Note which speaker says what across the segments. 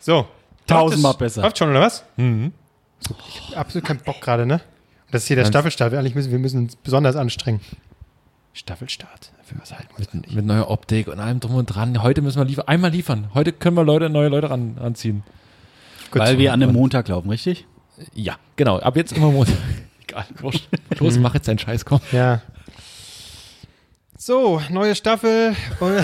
Speaker 1: So.
Speaker 2: Tausendmal besser. Mhm.
Speaker 1: Läuft schon, oder was? Ich hab absolut keinen Bock gerade, ne? Das ist hier der Staffelstart. Wir, eigentlich müssen, wir müssen uns besonders anstrengen. Staffelstart. Für was halten wir uns eigentlich?
Speaker 2: Mit neuer Optik und allem drum und dran. Heute müssen wir liefern. Einmal liefern. Heute können wir Leute, neue Leute ran, anziehen.
Speaker 1: Gut.
Speaker 3: Weil wir an einem Montag laufen, richtig?
Speaker 2: Ja, genau. Ab jetzt immer Montag. Egal. wurscht. Los, mach jetzt deinen Scheiß, komm.
Speaker 1: Ja. So, neue Staffel. Und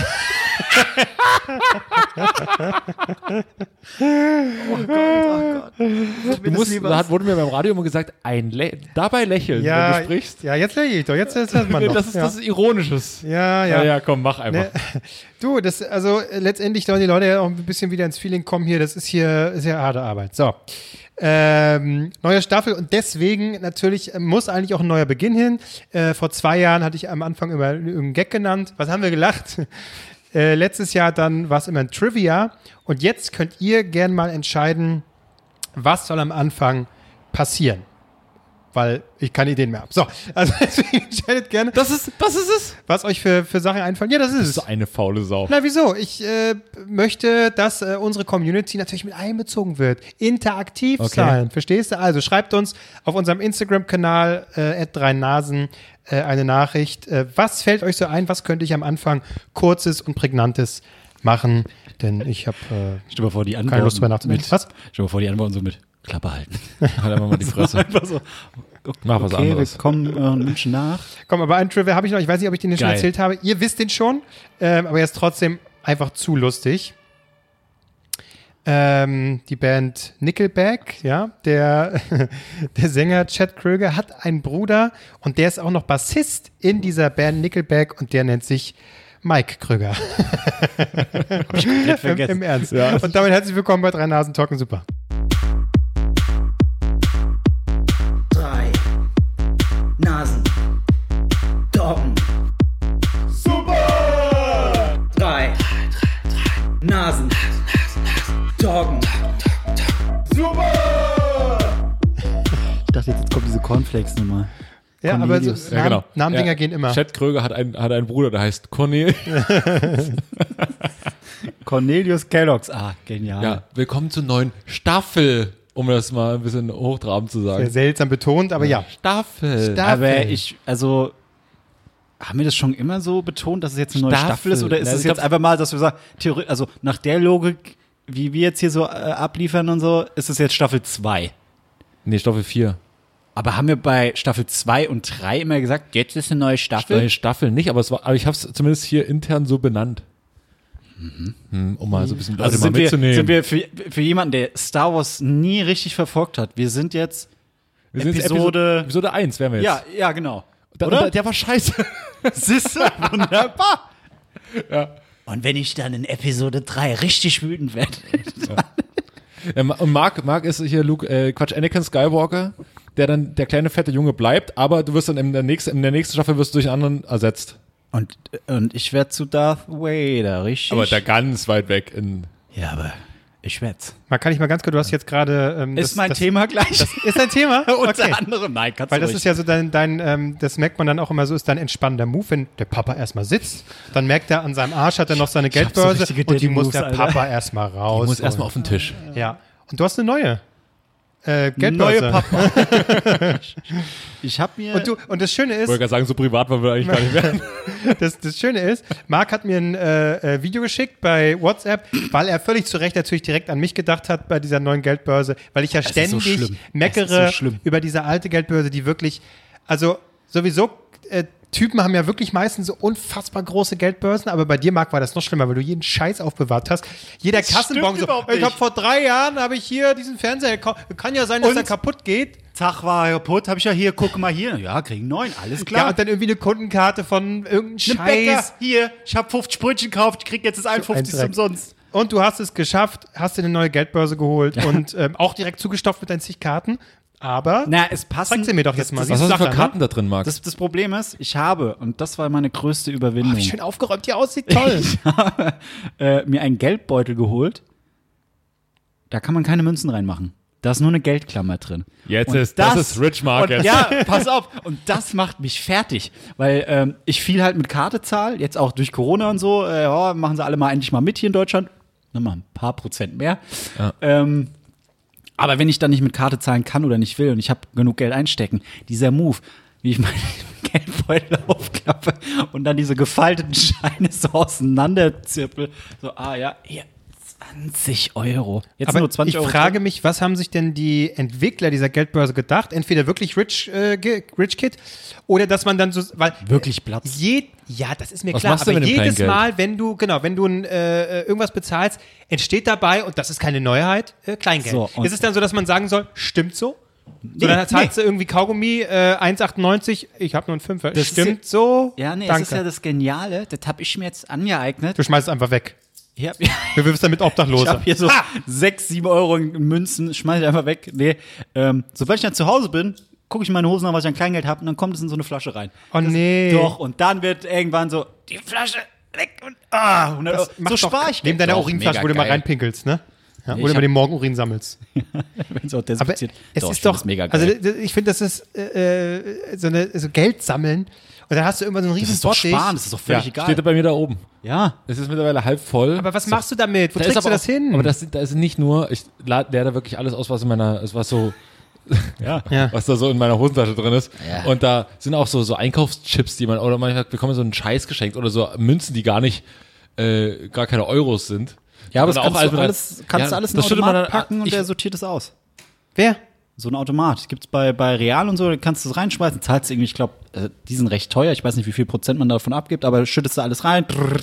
Speaker 2: Du musst, da hat, wurde mir beim Radio immer gesagt, ein Lä dabei lächeln,
Speaker 1: ja,
Speaker 2: wenn du sprichst.
Speaker 1: ja, jetzt lächle ich doch. Jetzt ist das mal noch.
Speaker 2: Das ist,
Speaker 1: ja.
Speaker 2: das ist Ironisches.
Speaker 1: ja, Ne. ja.
Speaker 2: Ja, ja, komm, mach einfach.
Speaker 1: Du, das, also äh, letztendlich sollen die Leute ja auch ein bisschen wieder ins Feeling kommen hier. Das ist hier sehr harte Arbeit. So. Ähm, neue Staffel und deswegen natürlich äh, muss eigentlich auch ein neuer Beginn hin. Äh, vor zwei Jahren hatte ich am Anfang immer irgendeinen Gag genannt. Was haben wir gelacht? Äh, letztes Jahr dann war es immer ein Trivia und jetzt könnt ihr gern mal entscheiden, was soll am Anfang passieren. Weil ich keine Ideen mehr habe. So, also deswegen entscheidet gerne,
Speaker 2: Das ist, das ist es.
Speaker 1: was euch für, für Sachen einfallen. Ja, das ist es.
Speaker 2: Das ist eine faule Sau.
Speaker 1: Na wieso? Ich äh, möchte, dass äh, unsere Community natürlich mit einbezogen wird. Interaktiv
Speaker 2: Okay.
Speaker 1: sein. Verstehst du? Also schreibt uns auf unserem Instagram-Kanal äh, 3nasen äh, eine Nachricht. Äh, was fällt euch so ein? Was könnte ich am Anfang kurzes und prägnantes machen? Denn ich habe äh,
Speaker 3: Stell dir mal vor, die Antworten.
Speaker 1: keine Lust drüber nachzudenken.
Speaker 3: Mit,
Speaker 1: Was?
Speaker 3: Stell dir mal vor, die Antworten so mit Klappe halten.
Speaker 2: Halt einfach mal die Fresse.
Speaker 3: Einfach so.
Speaker 2: Mach was
Speaker 3: Okay, wir
Speaker 2: anderes.
Speaker 3: kommen euren Wünschen nach.
Speaker 1: Komm, aber einen Trivia habe ich noch. Ich weiß nicht, ob ich den schon
Speaker 3: Geil.
Speaker 1: erzählt habe. Ihr wisst den schon, ähm, aber er ist trotzdem einfach zu lustig. Ähm, die Band Nickelback, ja, der, der Sänger Chad Kröger hat einen Bruder und der ist auch noch Bassist in dieser Band Nickelback und der nennt sich Mike Kröger.
Speaker 3: Nicht
Speaker 1: Im,
Speaker 3: vergessen.
Speaker 1: Im Ernst. Und damit herzlich willkommen bei Drei Nasen Talken Super.
Speaker 4: drei Nasen. Doggen. Super! Drei, Nasen. Doggen.
Speaker 3: Ich dachte, jetzt kommt diese Cornflakes-Nummer.
Speaker 1: Ja, aber so,
Speaker 3: Cornelius.
Speaker 1: Namen, Namendinger
Speaker 2: Ja.
Speaker 1: gehen immer.
Speaker 2: Chad Kröger hat einen, hat einen Bruder, der heißt Cornel.
Speaker 3: Cornelius Kellogg's. Ah, genial.
Speaker 2: Ja, willkommen zur neuen Staffel, um das mal ein bisschen hochtrabend zu
Speaker 1: Sehr
Speaker 2: sagen.
Speaker 1: seltsam betont, aber ja.
Speaker 2: Staffel.
Speaker 1: Staffel.
Speaker 3: Aber ich, also, haben wir das schon immer so betont, dass es jetzt eine neue Staffel,
Speaker 2: Staffel
Speaker 3: ist? Oder ist
Speaker 2: Ja,
Speaker 3: es
Speaker 2: ich
Speaker 3: jetzt
Speaker 2: glaub-
Speaker 3: einfach mal, dass wir sagen, Theorie, also nach der Logik, wie wir jetzt hier so äh, abliefern und so, ist es jetzt Staffel 2.
Speaker 2: Nee, Staffel 4.
Speaker 3: Aber haben wir bei Staffel 2 und 3 immer gesagt, jetzt ist eine neue Staffel?
Speaker 2: Neue Staffel nicht, aber, es war, aber ich habe es zumindest hier intern so benannt. Hm, um mal so ein bisschen Leute
Speaker 3: also
Speaker 2: mal
Speaker 3: sind wir,
Speaker 2: mitzunehmen.
Speaker 3: sind wir für, für jemanden, der Star Wars nie richtig verfolgt hat, wir sind jetzt,
Speaker 2: Wir sind jetzt
Speaker 3: Episode-
Speaker 2: Episode, Episode 1 wären wir jetzt.
Speaker 3: ja, ja, genau.
Speaker 2: Da-
Speaker 3: Oder?
Speaker 2: da- Der war scheiße.
Speaker 3: Siehst du? Wunderbar. Und wenn ich dann in Episode 3 richtig wütend werde.
Speaker 2: Ja, Ma- Ähm, und Mark, Mark ist hier Luke, äh, Quatsch, Anakin Skywalker, der dann der kleine fette Junge bleibt, aber du wirst dann in der nächsten, in der nächsten Staffel wirst du durch einen anderen ersetzt.
Speaker 3: Und, und ich werde zu Darth Vader, richtig?
Speaker 2: ganz weit weg in.
Speaker 3: ja, aber ich werd's.
Speaker 1: Mal kann ich mal ganz kurz, du hast jetzt gerade. Ähm,
Speaker 3: Ist mein Thema gleich?
Speaker 1: Ist dein Thema?
Speaker 3: Unter
Speaker 1: Okay.
Speaker 3: anderem, nein, kannst
Speaker 1: Weil
Speaker 3: du
Speaker 1: das
Speaker 3: ruhig.
Speaker 1: ist ja so dein, dein ähm, das merkt man dann auch immer so, ist dein entspannender Move, wenn der Papa erstmal sitzt, dann merkt er an seinem Arsch hat er noch seine
Speaker 3: hab so
Speaker 1: Geldbörse
Speaker 3: richtige
Speaker 1: und die muss
Speaker 3: Daddy-Moves,
Speaker 1: der
Speaker 3: Alter.
Speaker 1: Papa erstmal raus.
Speaker 2: Du musst
Speaker 1: holen.
Speaker 2: erstmal auf den Tisch.
Speaker 1: ja. Und du hast eine neue äh, Geldbörse.
Speaker 3: Neue Papa. ich hab mir...
Speaker 1: Und, du, und das Schöne ist,
Speaker 2: Ich wollte gerade sagen, so privat wollen wir eigentlich gar nicht werden.
Speaker 1: das, das Schöne ist, Marc hat mir ein äh, äh, Video geschickt bei WhatsApp, weil er völlig zu Recht natürlich direkt an mich gedacht hat bei dieser neuen Geldbörse, weil ich ja
Speaker 3: ist so
Speaker 1: ständig
Speaker 3: schlimm. Es ist
Speaker 1: meckere
Speaker 3: so schlimm.
Speaker 1: über diese alte Geldbörse, die wirklich, also sowieso. Äh, Typen haben ja wirklich meistens so unfassbar große Geldbörsen, aber bei dir, Marc, war das noch schlimmer, weil du jeden Scheiß aufbewahrt hast. Jeder Kassenbon so,
Speaker 3: überhaupt
Speaker 1: ich habe
Speaker 3: nicht."
Speaker 1: vor drei Jahren habe ich hier diesen Fernseher gekauft. Kann ja sein, dass
Speaker 3: Und?
Speaker 1: er kaputt geht.
Speaker 3: Tag war kaputt, hab ich ja hier, guck mal hier. Ja, kriegen neun, alles
Speaker 1: Ja, und dann irgendwie eine Kundenkarte von irgendeinem
Speaker 3: Nimm
Speaker 1: Scheiß.
Speaker 3: hier, ich hab 50 Brötchen gekauft, ich krieg jetzt das
Speaker 1: ein Dreck. Und du hast es geschafft, hast dir eine neue Geldbörse geholt und ähm, auch direkt zugestopft mit deinen zig Karten. Aber
Speaker 3: Na, es passt.
Speaker 1: zeig sie mir doch jetzt mal.
Speaker 2: Was
Speaker 1: Siehst
Speaker 2: hast
Speaker 1: du
Speaker 2: du ne? für
Speaker 1: Sachen,
Speaker 2: Karten da drin, Marc?
Speaker 3: Das, das Problem ist, ich habe, und das war meine größte Überwindung,
Speaker 1: ne? Wie schön aufgeräumt hier aussieht. Toll.
Speaker 3: äh, mir einen Geldbeutel geholt. Da kann man keine Münzen reinmachen. Da ist nur eine Geldklammer drin.
Speaker 2: Jetzt
Speaker 3: Und
Speaker 2: ist- das ist Rich Market.
Speaker 3: Und, ja, pass auf. Und das macht mich fertig, weil ähm, ich viel halt mit Karte zahle, jetzt auch durch Corona und so. Äh, ja, machen sie alle mal endlich mal mit hier in Deutschland. nochmal ein paar Prozent mehr. Ähm, aber wenn ich dann nicht mit Karte zahlen kann oder nicht will und ich habe genug Geld einstecken, dieser Move, wie ich meinen Geldbeutel aufklappe und dann diese gefalteten Scheine so auseinanderzirpel, so, ah ja, hier, 20 Euro. Jetzt
Speaker 1: Aber
Speaker 3: nur 20
Speaker 1: ich
Speaker 3: Euro.
Speaker 1: frage mich, was haben sich denn die Entwickler dieser Geldbörse gedacht? Entweder wirklich Rich, äh, Ge- Rich Kid oder dass man dann so, weil
Speaker 3: Wirklich Platz.
Speaker 1: Je, ja, das ist mir
Speaker 2: Was
Speaker 1: klar.
Speaker 2: machst du
Speaker 1: aber
Speaker 2: mit dem
Speaker 1: jedes
Speaker 2: Kleingeld?
Speaker 1: Mal, wenn du genau, wenn du ein, äh, äh, irgendwas bezahlst, entsteht dabei und das ist keine Neuheit äh, Kleingeld.
Speaker 3: So, und-
Speaker 1: ist es dann so, dass man sagen soll, stimmt so? So, dann
Speaker 3: Nee,
Speaker 1: zahlst du irgendwie Kaugummi äh, 1,98, ich habe nur einen Fünfer.
Speaker 3: Das ist
Speaker 1: Stimmt
Speaker 3: ja-
Speaker 1: so?
Speaker 3: Ja, nee,
Speaker 1: Danke.
Speaker 3: das ist ja das Geniale, das habe ich mir jetzt angeeignet.
Speaker 1: du schmeißt es einfach weg.
Speaker 3: Ich hab-
Speaker 1: Wir wirfst damit
Speaker 3: Ich
Speaker 1: Obdachlose.
Speaker 3: habe hier so sechs, sieben Euro in Münzen, schmeiß ich einfach weg. Nee, ähm, sobald ich dann zu Hause bin, gucke ich in meine Hosen an, was ich an Kleingeld habe, und dann kommt es in so eine Flasche rein.
Speaker 1: Oh nee.
Speaker 3: Doch, und dann wird irgendwann so, die Flasche weg und ah, 100 Euro.
Speaker 1: Das macht
Speaker 3: So
Speaker 1: doch-
Speaker 3: spare ich
Speaker 1: Neben
Speaker 3: Geld
Speaker 1: deiner
Speaker 3: drauf.
Speaker 1: Urinflasche, wo du mal
Speaker 2: geil.
Speaker 1: reinpinkelst, ne? Ja,
Speaker 3: ich
Speaker 1: oder über
Speaker 3: hab-
Speaker 1: den Morgenurin sammelst.
Speaker 3: Wenn's auch
Speaker 1: Aber
Speaker 3: desinfiziert.
Speaker 1: es
Speaker 3: Doch, ich
Speaker 1: ist
Speaker 3: find
Speaker 1: doch
Speaker 3: das mega geil.
Speaker 1: Also d- d- ich finde, das ist äh, äh, so, eine, so Geld sammeln und dann hast du irgendwann so einen riesen
Speaker 3: das ist doch
Speaker 1: Bottich.
Speaker 3: sparen, das ist doch
Speaker 2: Ja,
Speaker 3: völlig
Speaker 2: steht
Speaker 3: egal.
Speaker 2: da bei mir da oben.
Speaker 3: Ja,
Speaker 2: Es ist mittlerweile halb voll.
Speaker 1: Aber was machst du damit? Wo trägst du
Speaker 2: aber
Speaker 1: das
Speaker 2: auch,
Speaker 1: hin?
Speaker 2: Aber das, da ist nicht nur, ich lade da wirklich alles aus, was in meiner, was so, ja,
Speaker 1: Ja.
Speaker 2: was da so in meiner Hosentasche drin ist. Und da sind auch so, so Einkaufschips, die man, oder manchmal bekommen wir so einen Scheiß geschenkt oder so Münzen, die gar nicht, äh, gar keine Euros sind.
Speaker 3: ja aber
Speaker 2: Oder
Speaker 3: das kannst,
Speaker 2: alles
Speaker 3: du
Speaker 2: mit rein.
Speaker 3: alles, kannst du
Speaker 2: Ja,
Speaker 3: alles in
Speaker 2: das
Speaker 3: den
Speaker 2: schüttet
Speaker 3: Automat
Speaker 2: man dann-
Speaker 3: packen und
Speaker 2: ich-
Speaker 3: der sortiert es aus.
Speaker 1: Wer?
Speaker 3: So ein Automat. Gibt es bei, bei Real und so, da kannst du es reinschmeißen, zahlst irgendwie, ich glaube, äh, die sind recht teuer, ich weiß nicht, wie viel Prozent man davon abgibt, aber schüttest du alles rein. Brrr,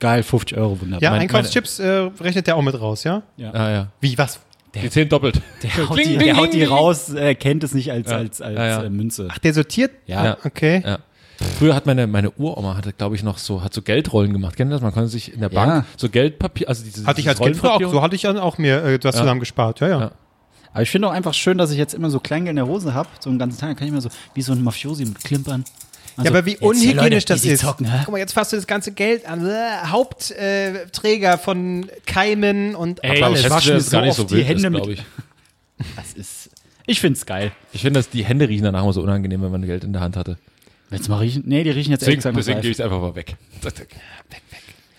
Speaker 3: geil, 50 Euro, wunderbar.
Speaker 1: Ja,
Speaker 3: Mein-
Speaker 1: Einkaufschips äh, rechnet der auch mit raus, ja?
Speaker 2: Ah, ja.
Speaker 1: Wie, was?
Speaker 2: Die zählen doppelt.
Speaker 3: meine, haut
Speaker 2: Kling,
Speaker 3: die,
Speaker 2: kling,
Speaker 3: der haut die
Speaker 2: kling,
Speaker 3: raus, äh, kennt es nicht als,
Speaker 2: Ja.
Speaker 3: als, als
Speaker 2: Ja, ja.
Speaker 3: Äh, Münze.
Speaker 1: Ach, der sortiert?
Speaker 3: Ja.
Speaker 1: Okay.
Speaker 2: Ja. Früher hat meine, meine Uroma hatte, glaube ich, noch so, hat so Geldrollen gemacht. Kennt ihr das? Man konnte sich in der Bank
Speaker 3: Ja.
Speaker 2: so Geldpapier, also diese
Speaker 1: Hatte ich als Kind früher auch, so hatte ich dann auch mir äh, was zusammengespart, ja, ja.
Speaker 2: Ja.
Speaker 3: Aber ich finde auch einfach schön, dass ich jetzt immer so Kleingeld in der Hose habe, so einen ganzen Tag, dann kann ich immer so, wie so ein Mafiosi mit Klimpern.
Speaker 1: Ja,
Speaker 3: Also,
Speaker 1: aber wie
Speaker 3: jetzt hier, Leute,
Speaker 1: unhygienisch das
Speaker 3: easy ne?
Speaker 1: ist.
Speaker 3: Talken, hä?
Speaker 1: Guck mal, jetzt fasst du das ganze Geld an. Äh, Hauptträger äh, Träger von Keimen und
Speaker 2: Ey,
Speaker 1: alles.
Speaker 2: ich
Speaker 3: wasch
Speaker 2: hätte
Speaker 3: mir
Speaker 2: das
Speaker 3: so
Speaker 2: gar nicht
Speaker 3: oft
Speaker 2: so
Speaker 3: die
Speaker 2: wild,
Speaker 3: Hände mit-
Speaker 2: glaube ich.
Speaker 3: Das ist, ich find's geil.
Speaker 2: Ich finde, dass die Hände riechen danach immer so unangenehm, wenn man Geld in der Hand hatte.
Speaker 3: Jetzt mal riechen, nee, die riechen jetzt ehrlich
Speaker 2: Deswegen,
Speaker 3: gesagt noch
Speaker 2: deswegen
Speaker 3: reif.
Speaker 2: gehe ich einfach mal weg. Weg, weg.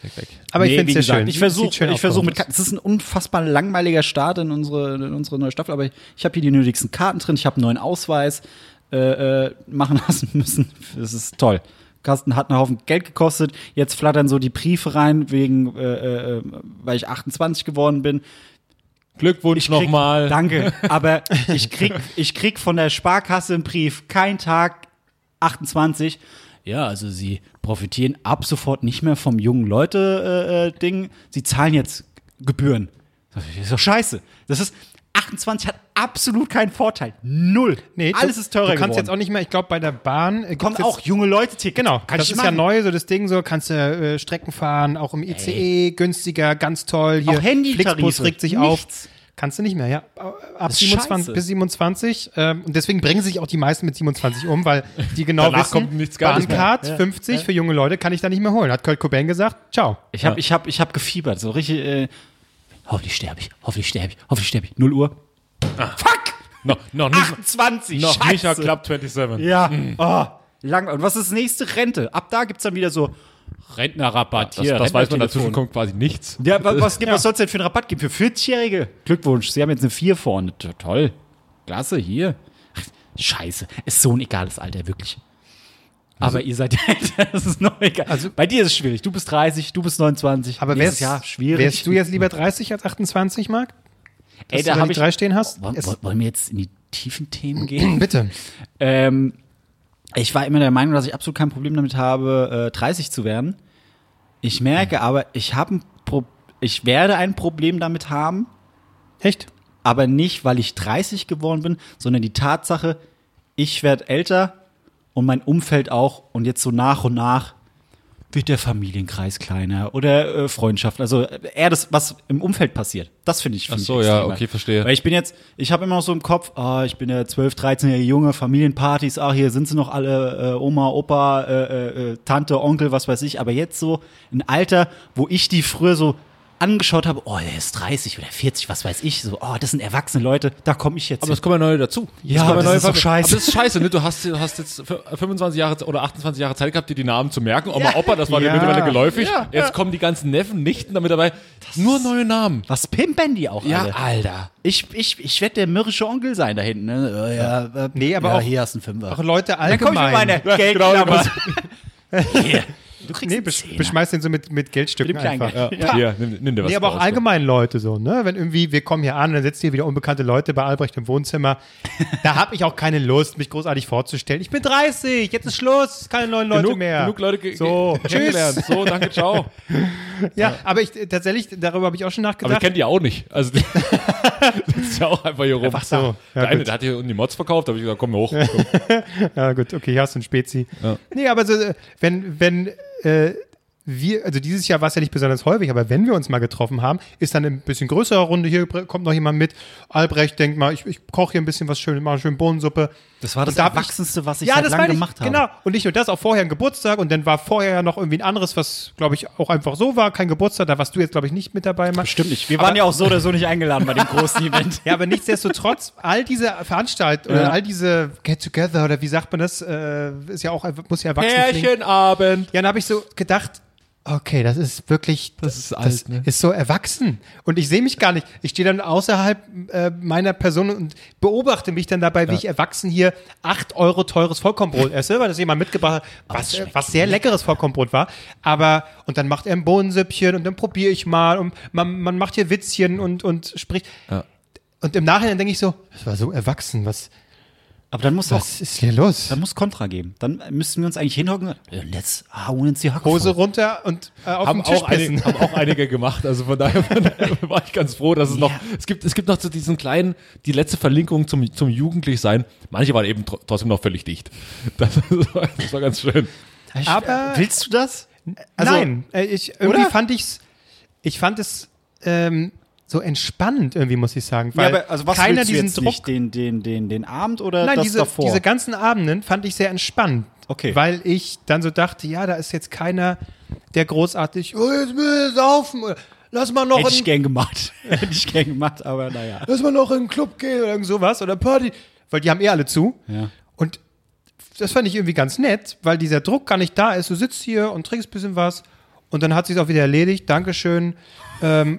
Speaker 2: Weg, weg.
Speaker 1: Aber ich
Speaker 3: Nee,
Speaker 1: finde
Speaker 3: wie
Speaker 1: es sehr
Speaker 3: gesagt,
Speaker 1: schön.
Speaker 3: Ich versuche
Speaker 1: Sieht schön
Speaker 3: ich versuch
Speaker 1: aufgeräumt
Speaker 3: mit Karten. Es ist ein unfassbar langweiliger Start in unsere, in unsere neue Staffel, aber ich, ich habe hier die nötigsten Karten drin, ich habe einen neuen Ausweis äh, äh, machen lassen müssen. Das ist toll. Carsten hat einen Haufen Geld gekostet. Jetzt flattern so die Briefe rein, wegen, äh, äh, weil ich 28 geworden bin.
Speaker 2: Glückwunsch
Speaker 3: Ich krieg-
Speaker 2: nochmal.
Speaker 3: Danke. Aber ich krieg, ich krieg von der Sparkasse einen Brief. Kein Tag 28. Ja, also sie profitieren ab sofort nicht mehr vom jungen Leute-Ding. sie zahlen jetzt Gebühren. Das ist doch scheiße. Das ist 28 hat absolut keinen Vorteil. Null.
Speaker 1: Nee,
Speaker 3: Alles
Speaker 1: du,
Speaker 3: ist teurer
Speaker 1: Du kannst
Speaker 3: geworden.
Speaker 1: jetzt auch nicht mehr, ich glaube, bei der Bahn äh, gibt's
Speaker 3: Kommen
Speaker 1: jetzt,
Speaker 3: auch junge Leute-Tickets.
Speaker 1: Genau,
Speaker 3: Kann
Speaker 1: das
Speaker 3: ich
Speaker 1: ist
Speaker 3: machen.
Speaker 1: ja neu, so das Ding, so kannst du äh, Strecken fahren, auch im ICE, günstiger, ganz toll. Hier,
Speaker 3: Auch Handytarife,
Speaker 1: Flixbus regt sich
Speaker 3: nichts.
Speaker 1: auf. Kannst du nicht mehr, ja. Ab
Speaker 3: ist
Speaker 1: 27,
Speaker 3: scheiße.
Speaker 1: bis 27. Ähm, und deswegen bringen sich auch die meisten mit 27 um, weil die genau
Speaker 2: Danach
Speaker 1: wissen,
Speaker 2: kommt nichts Geiles mehr.
Speaker 1: Bahncard 50 für junge Leute kann ich da nicht mehr holen. Hat Kurt Cobain gesagt, ciao.
Speaker 3: Ich habe ich hab, ich hab gefiebert, so richtig. Äh, hoffentlich sterbe ich, hoffentlich sterbe ich, hoffentlich sterbe ich. 0 Uhr.
Speaker 1: Ah.
Speaker 3: Fuck!
Speaker 2: No, noch nicht,
Speaker 3: 28,
Speaker 2: noch
Speaker 3: Scheiße.
Speaker 2: nicht mal Club 27.
Speaker 3: Ja, oh, lang. Und was ist nächste Rente? Ab da gibt's dann wieder so,
Speaker 2: Rentnerrabatt. Das,
Speaker 3: hier,
Speaker 2: das weiß man, dazwischen
Speaker 3: Rentnertelefon.
Speaker 2: kommt quasi nichts.
Speaker 3: ja, wa- was, gibt- was soll's denn für einen Rabatt geben? Für 40-Jährige? Glückwunsch, Sie haben jetzt eine 4 vorne. T- Toll, klasse, hier. Ach, Scheiße, ist so ein egales Alter, wirklich.
Speaker 1: Also
Speaker 3: Aber ihr seid älter, das ist noch egal. Also, Bei dir ist es schwierig. Du bist 30, du bist 29.
Speaker 1: Aber
Speaker 3: Nächstes
Speaker 1: wärst,
Speaker 3: Jahr schwierig.
Speaker 1: wärst du jetzt lieber 30 als 28, Marc?
Speaker 3: Ey,
Speaker 1: dass du da
Speaker 3: hab
Speaker 1: die drei stehen hast?
Speaker 3: Wollen,
Speaker 1: Es-
Speaker 3: wollen- wollen wir jetzt in die tiefen Themen gehen?
Speaker 1: Bitte.
Speaker 3: ähm, ich war immer der Meinung, dass ich absolut kein Problem damit habe, äh, 30 zu werden. Ich
Speaker 2: Mhm.
Speaker 3: merke aber, ich habe ein Pro ich werde ein Problem damit haben,
Speaker 1: Echt?
Speaker 3: aber nicht, weil ich 30 geworden bin, sondern die Tatsache, ich werde älter und mein Umfeld auch und jetzt so nach und nach wird der Familienkreis kleiner oder äh, Freundschaft, also äh, eher das, was im Umfeld passiert. Das finde ich. Find
Speaker 2: Ach so,
Speaker 3: ich
Speaker 2: ja,
Speaker 3: extremer.
Speaker 2: okay, verstehe.
Speaker 3: Weil ich bin jetzt, ich habe immer noch so im Kopf, ah, ich bin der 12, 13-jährige Junge, Familienpartys, ah, hier sind sie noch alle, äh, Oma, Opa, äh, äh, äh, Tante, Onkel, was weiß ich, aber jetzt so ein Alter, wo ich die früher so angeschaut habe, oh, der ist 30 oder 40, was weiß ich, so, oh, das sind erwachsene Leute, da komme ich jetzt.
Speaker 2: Aber es kommen ja neue dazu.
Speaker 3: Ja,
Speaker 2: Es kommen
Speaker 3: aber das
Speaker 2: neue
Speaker 3: ist doch
Speaker 2: Fam-
Speaker 3: scheiße.
Speaker 2: Aber das ist scheiße, ne? Du hast, du hast jetzt fü- 25 Jahre oder 28 Jahre Zeit gehabt, dir die Namen zu merken. Oma, Opa, das war dir
Speaker 1: Ja.
Speaker 2: mittlerweile geläufig.
Speaker 1: Ja.
Speaker 2: Jetzt kommen die ganzen Neffen, Nichten damit dabei. Nur neue Namen.
Speaker 3: was pimpen die auch alle?
Speaker 2: Alter.
Speaker 3: Ich, ich, ich werde der mürrische Onkel sein da hinten. Ne? Oh, ja, äh,
Speaker 1: Nee, aber
Speaker 3: ja,
Speaker 1: auch-
Speaker 3: hier hast du einen Fünfer. genau.
Speaker 1: Auch Leute
Speaker 3: Dann komm ich mit meiner
Speaker 1: allgemein.
Speaker 3: Geldklammer. Hier. Du kriegst
Speaker 1: Nee,
Speaker 3: einen
Speaker 1: besch
Speaker 3: Zehner.
Speaker 1: beschmeißt den so mit, mit Geldstücken
Speaker 3: Mit dem kleinen
Speaker 1: einfach.
Speaker 3: Geld.
Speaker 2: Ja. Hier, nimm, nimm dir was
Speaker 1: Nee, aber auch
Speaker 2: draus.
Speaker 1: allgemein Leute so, ne? Wenn irgendwie, wir kommen hier an und dann sitzen hier wieder unbekannte Leute bei Albrecht im Wohnzimmer. Da habe ich auch keine Lust, mich großartig vorzustellen. Ich bin 30, jetzt ist Schluss, keine neuen Leute
Speaker 2: genug,
Speaker 1: mehr.
Speaker 2: genug Leute ge-
Speaker 1: So,
Speaker 2: ge-
Speaker 1: tschüss.
Speaker 2: kennengelernt. So, danke, ciao.
Speaker 1: Ja, aber ich äh, tatsächlich, darüber habe ich auch schon
Speaker 2: Aber ich
Speaker 1: nachgedacht.
Speaker 2: kenne die auch nicht. Also, die sitzt ja auch einfach hier rum.
Speaker 1: Ach so, ja,
Speaker 2: der eine,
Speaker 1: gut.
Speaker 2: der hat hier unten die Mods verkauft, da habe ich gesagt, komm hoch. Komm.
Speaker 1: Ja, gut, okay, hier hast du ein Spezi.
Speaker 2: Ja.
Speaker 1: Nee, aber so, äh, wenn, wenn äh, wir, also dieses Jahr war es ja nicht besonders häufig, aber wenn wir uns mal getroffen haben, ist dann ein bisschen größere Runde. Hier br- kommt noch jemand mit. Albrecht denkt mal, ich, ich koche hier ein bisschen was Schönes, mache schön Bohnensuppe.
Speaker 3: Das war das
Speaker 1: Und da hab ich- halt
Speaker 3: Erwachsenste, was ich seit langem
Speaker 1: meine ich,
Speaker 3: gemacht habe.
Speaker 1: Genau. Und nicht nur das, auch vorher ein Geburtstag und dann war vorher ja noch irgendwie ein anderes, was, glaube ich, auch einfach so war. Kein Geburtstag, da warst du jetzt, glaube ich, nicht mit dabei. Max.
Speaker 3: Stimmt nicht. Wir waren ja auch so oder so nicht eingeladen bei dem großen Event.
Speaker 1: Ja, aber nichtsdestotrotz, all diese Veranstaltungen oder
Speaker 3: Ja.
Speaker 1: all diese Get-Together oder wie sagt man das, äh, ist ja auch, einfach- muss ja erwachsen klingen.
Speaker 2: Pärchenabend.
Speaker 1: Ja, dann habe ich so gedacht, okay, das ist wirklich, das,
Speaker 2: ist alt, ne?
Speaker 1: ist so erwachsen. Und ich sehe mich gar nicht. Ich stehe dann außerhalb äh, meiner Person und beobachte mich dann dabei, wie ich erwachsen hier 8 Euro teures Vollkornbrot esse, weil das jemand mitgebracht hat, was, was sehr leckeres Vollkornbrot war. Aber, und dann macht er ein Bohnensüppchen und dann probiere ich mal und man, man macht hier Witzchen und, und spricht. Und im Nachhinein denke ich so, das war so erwachsen, was,
Speaker 3: Aber dann muss auch,
Speaker 1: was ist hier los?
Speaker 3: dann muss Kontra geben. Dann müssten wir uns eigentlich hinhocken. und sagen, "Ja, Jetzt hauen uns die Hacke.
Speaker 1: Hose
Speaker 3: voll."
Speaker 1: runter und äh, auf
Speaker 2: Haben
Speaker 1: den Tisch
Speaker 2: auch,
Speaker 1: pissen.
Speaker 2: einige, haben auch einige gemacht, also von daher war ich ganz froh, dass es noch, es gibt, es gibt noch so diesen kleinen, die letzte Verlinkung zum, zum Jugendlichsein. Manche waren eben tro- trotzdem noch völlig dicht. Das, war- das war ganz schön.
Speaker 3: Ich-
Speaker 1: Aber-
Speaker 3: willst du das?
Speaker 1: Nein, äh, ich, irgendwie
Speaker 3: Oder?
Speaker 1: fand ich's, ich fand es ähm, so entspannend irgendwie, muss ich sagen. Weil
Speaker 3: ja, aber also was
Speaker 1: keiner
Speaker 3: willst du
Speaker 1: diesen
Speaker 3: jetzt
Speaker 1: Druck.
Speaker 3: nicht? Den, den, den, den Abend oder
Speaker 1: Nein,
Speaker 3: das
Speaker 1: diese,
Speaker 3: davor?
Speaker 1: diese ganzen Abenden fand ich sehr entspannt.
Speaker 3: Okay.
Speaker 1: Weil ich dann so dachte, ja, da ist jetzt keiner, der großartig, oh, jetzt will ich saufen, oder lass mal noch
Speaker 3: Hätte ich
Speaker 1: in,
Speaker 3: gern gemacht. Hätte ich gern gemacht, aber naja.
Speaker 1: lass mal noch in den Club gehen oder irgend sowas oder Party. Weil die haben eh alle zu.
Speaker 3: Ja.
Speaker 1: Und das fand ich irgendwie ganz nett, weil dieser Druck gar nicht da ist. Du sitzt hier und trinkst ein bisschen was und dann hat sich's auch wieder erledigt. Dankeschön.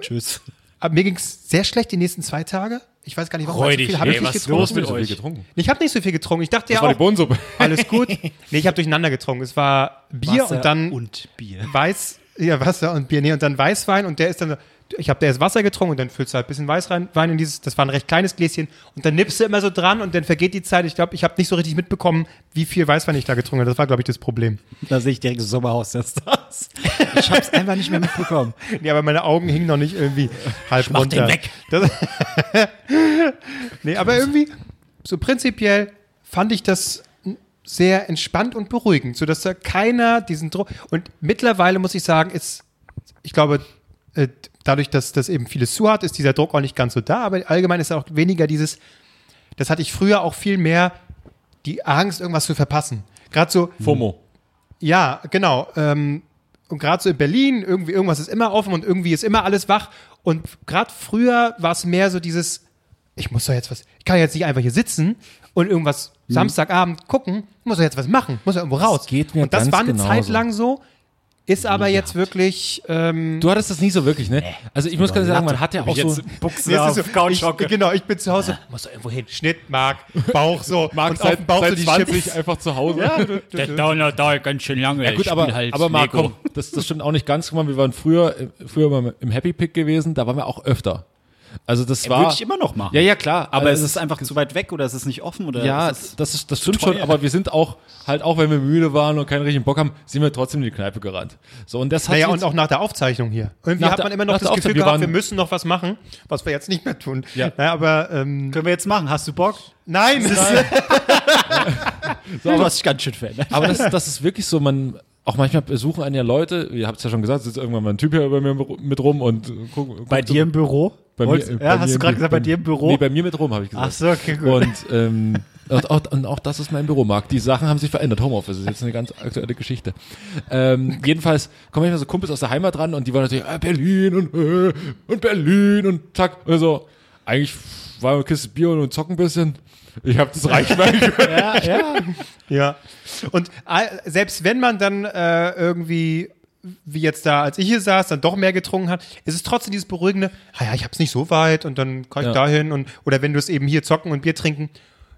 Speaker 3: Tschüss.
Speaker 1: Aber mir ging es sehr schlecht die nächsten zwei Tage. Ich weiß gar nicht, warum.
Speaker 3: Freu
Speaker 1: Also
Speaker 3: dich,
Speaker 1: viel habe
Speaker 3: ey,
Speaker 1: ich nicht
Speaker 3: was ist
Speaker 1: getrunken.
Speaker 3: los mit
Speaker 2: so
Speaker 3: euch?
Speaker 2: viel getrunken?
Speaker 1: Ich habe nicht so viel getrunken. Ich dachte
Speaker 2: Das
Speaker 1: ja
Speaker 2: war die
Speaker 1: auch,
Speaker 2: Bohnensuppe.
Speaker 1: alles gut. Nee, ich habe durcheinander getrunken. Es war Bier
Speaker 3: Wasser
Speaker 1: und dann
Speaker 3: Und Bier.
Speaker 1: Weiß, ja, Wasser und Bier. Nee, und dann Weißwein und der ist dann, so- ich habe der ist Wasser getrunken und dann füllst du halt ein bisschen Weiß rein, Wein in dieses, das war ein recht kleines Gläschen und dann nippst du immer so dran und dann vergeht die Zeit. Ich glaube, ich habe nicht so richtig mitbekommen, wie viel Weißwein ich da getrunken habe. Das war, glaube ich, das Problem.
Speaker 3: Da sehe ich direkt das Sommerhaus der Stars. Ich hab's einfach nicht mehr mitbekommen.
Speaker 1: Nee, aber meine Augen hingen noch nicht irgendwie halb
Speaker 3: mach
Speaker 1: runter.
Speaker 3: den weg.
Speaker 1: Das, nee, aber irgendwie, so prinzipiell fand ich das sehr entspannt und beruhigend, sodass da keiner diesen Druck. Und mittlerweile muss ich sagen, ist, ich glaube, äh, dadurch, dass das eben vieles zu hat, ist dieser Druck auch nicht ganz so da, aber allgemein ist auch weniger dieses, das hatte ich früher auch viel mehr, die Angst, irgendwas zu verpassen. Gerade so,
Speaker 2: FOMO.
Speaker 1: ja, genau. Ähm, und gerade so in Berlin, irgendwie irgendwas ist immer offen und irgendwie ist immer alles wach. Und gerade früher war es mehr so dieses, ich muss doch jetzt was, ich kann jetzt nicht einfach hier sitzen und irgendwas
Speaker 2: Mhm.
Speaker 1: Samstagabend gucken, ich muss doch jetzt was machen, muss doch irgendwo raus.
Speaker 2: geht mir
Speaker 1: und das
Speaker 2: ganz
Speaker 1: war eine
Speaker 2: genauso.
Speaker 1: Zeit lang so, ist aber jetzt wirklich, ähm,
Speaker 2: Du hattest das nie so wirklich, ne? Also ich muss ganz sagen, man hat ja auch so,
Speaker 3: Buchsen
Speaker 1: jetzt ist
Speaker 3: auf,
Speaker 1: so, ich, genau, ich bin zu Hause, muss doch irgendwo hin, Schnitt, Mark, Bauch so,
Speaker 2: Marc
Speaker 1: und auf dem Bauch so die Chips.
Speaker 2: einfach zu Hause.
Speaker 3: Der Downer dauert ganz schön lange. halt
Speaker 2: Ja, gut, aber, aber Marc, komm, das, das stimmt auch nicht ganz. Guck mal, wir waren früher, äh, früher immer im Happy Pick gewesen, da waren wir auch öfter. Also das war.
Speaker 3: Würde ich immer noch machen.
Speaker 2: ja, ja, klar.
Speaker 3: Aber es
Speaker 2: also,
Speaker 3: ist einfach zu weit weg oder es ist nicht offen oder
Speaker 2: ja,
Speaker 3: es ist,
Speaker 2: das, ist, das stimmt
Speaker 3: teuer.
Speaker 2: schon, aber wir sind auch, halt auch wenn wir müde waren und keinen richtigen Bock haben, sind wir trotzdem in die Kneipe gerannt. So, und das hat
Speaker 1: Naja,
Speaker 2: sich
Speaker 1: und auch nach der Aufzeichnung hier. Irgendwie
Speaker 2: Nach
Speaker 1: hat
Speaker 2: der-
Speaker 1: man immer noch
Speaker 2: nach der
Speaker 1: das Gefühl
Speaker 2: Aufzeichnung, wir
Speaker 1: gehabt, wir
Speaker 2: waren-
Speaker 1: müssen noch was machen, was wir jetzt nicht mehr tun.
Speaker 2: Ja.
Speaker 1: Naja, aber ähm,
Speaker 3: können wir jetzt machen. Hast du Bock?
Speaker 1: nein,
Speaker 3: So, du hast dich ganz schön verändert.
Speaker 2: Aber das, das ist wirklich so, man, auch manchmal besuchen einen ja Leute, ihr habt es ja schon gesagt, sitzt irgendwann mal ein Typ hier bei mir mit rum und guckt.
Speaker 3: Bei dir im Büro?
Speaker 2: Bei mir,
Speaker 3: Wolltest-
Speaker 2: äh,
Speaker 3: ja,
Speaker 2: bei
Speaker 3: hast
Speaker 2: mir
Speaker 3: du gerade gesagt, bei dir im Büro?
Speaker 2: Nee, bei mir mit rum, habe ich gesagt.
Speaker 3: Ach so, okay, gut.
Speaker 2: Und ähm, Und auch, und auch das ist mein Büro, Marc. Die Sachen haben sich verändert. Homeoffice ist jetzt eine ganz aktuelle Geschichte. Ähm, jedenfalls kommen manchmal so Kumpels aus der Heimat ran und die waren natürlich, ah, Berlin und, äh, und Berlin und zack. Also, eigentlich war eine Kiste Bier und zocken ein bisschen. Ich habe das reich merken können.
Speaker 3: Ja, ja.
Speaker 1: Ja. Und all- selbst wenn man dann äh, irgendwie, wie jetzt da, als ich hier saß, dann doch mehr getrunken hat, ist es trotzdem dieses beruhigende, ah ja, ich hab's nicht so weit und dann kann ich
Speaker 2: Ja.
Speaker 1: dahin und oder wenn du es eben hier zocken und Bier trinken,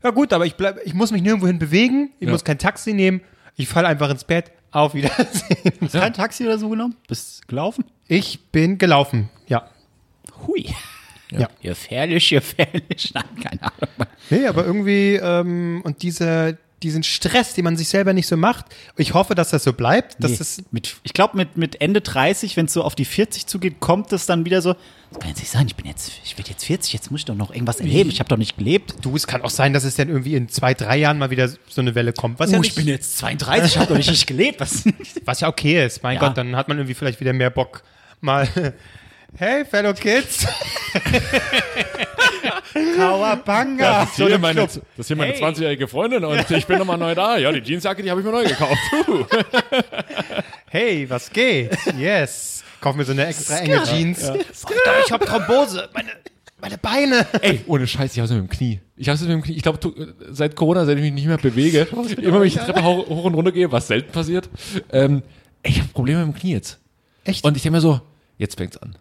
Speaker 1: ja gut, aber ich bleib, ich muss mich nirgendwohin bewegen, ich
Speaker 2: Ja.
Speaker 1: muss kein Taxi nehmen, ich falle einfach ins Bett, auf Wiedersehen.
Speaker 3: Hast du kein Taxi oder so genommen? Bist gelaufen?
Speaker 1: Ich bin gelaufen, ja.
Speaker 3: Hui.
Speaker 1: Ja.
Speaker 3: Gefährlich, gefährlich. Nein, keine Ahnung.
Speaker 1: Nee, aber irgendwie, ähm, und diese, diesen Stress, den man sich selber nicht so macht, ich hoffe, dass das so bleibt, dass
Speaker 3: Nee.
Speaker 1: das
Speaker 3: mit, ich glaube, mit, mit Ende 30, wenn es so auf die 40 zugeht, kommt es dann wieder so. Das kann jetzt nicht sein, ich bin jetzt, ich werde jetzt 40, jetzt muss ich doch noch irgendwas erleben. Ich habe doch nicht gelebt.
Speaker 1: Du, es kann auch sein, dass es dann irgendwie in zwei, drei Jahren mal wieder so eine Welle kommt, was, ja,
Speaker 3: Uh,
Speaker 1: nicht,
Speaker 3: jetzt 32, ich habe doch nicht richtig gelebt. Was?
Speaker 1: was ja okay ist. Mein
Speaker 3: Ja.
Speaker 1: Gott, dann hat man irgendwie vielleicht wieder mehr Bock. Mal, hey, fellow kids.
Speaker 3: Kawabanga.
Speaker 2: das ist hier meine, das ist hier meine
Speaker 3: Hey.
Speaker 2: 20-jährige Freundin und ich bin nochmal neu da. Ja, die Jeansjacke, die habe ich mir neu gekauft. Huh.
Speaker 1: Hey, was geht? Yes. Kauf mir so eine extra enge Jeans. Alter, ich hab Thrombose. Meine, meine Beine.
Speaker 2: Ey, ohne Scheiß, Oh, ne ich hab's mit dem Knie. Ich hab's mit dem Knie. Ich glaube, seit Corona, seit ich mich nicht mehr bewege, immer wenn ich die Treppe hoch, hoch und runter gehe, was selten passiert, ähm, ey, ich habe Probleme mit dem Knie jetzt.
Speaker 1: Echt?
Speaker 2: Und ich denke mir so, jetzt fängt's an.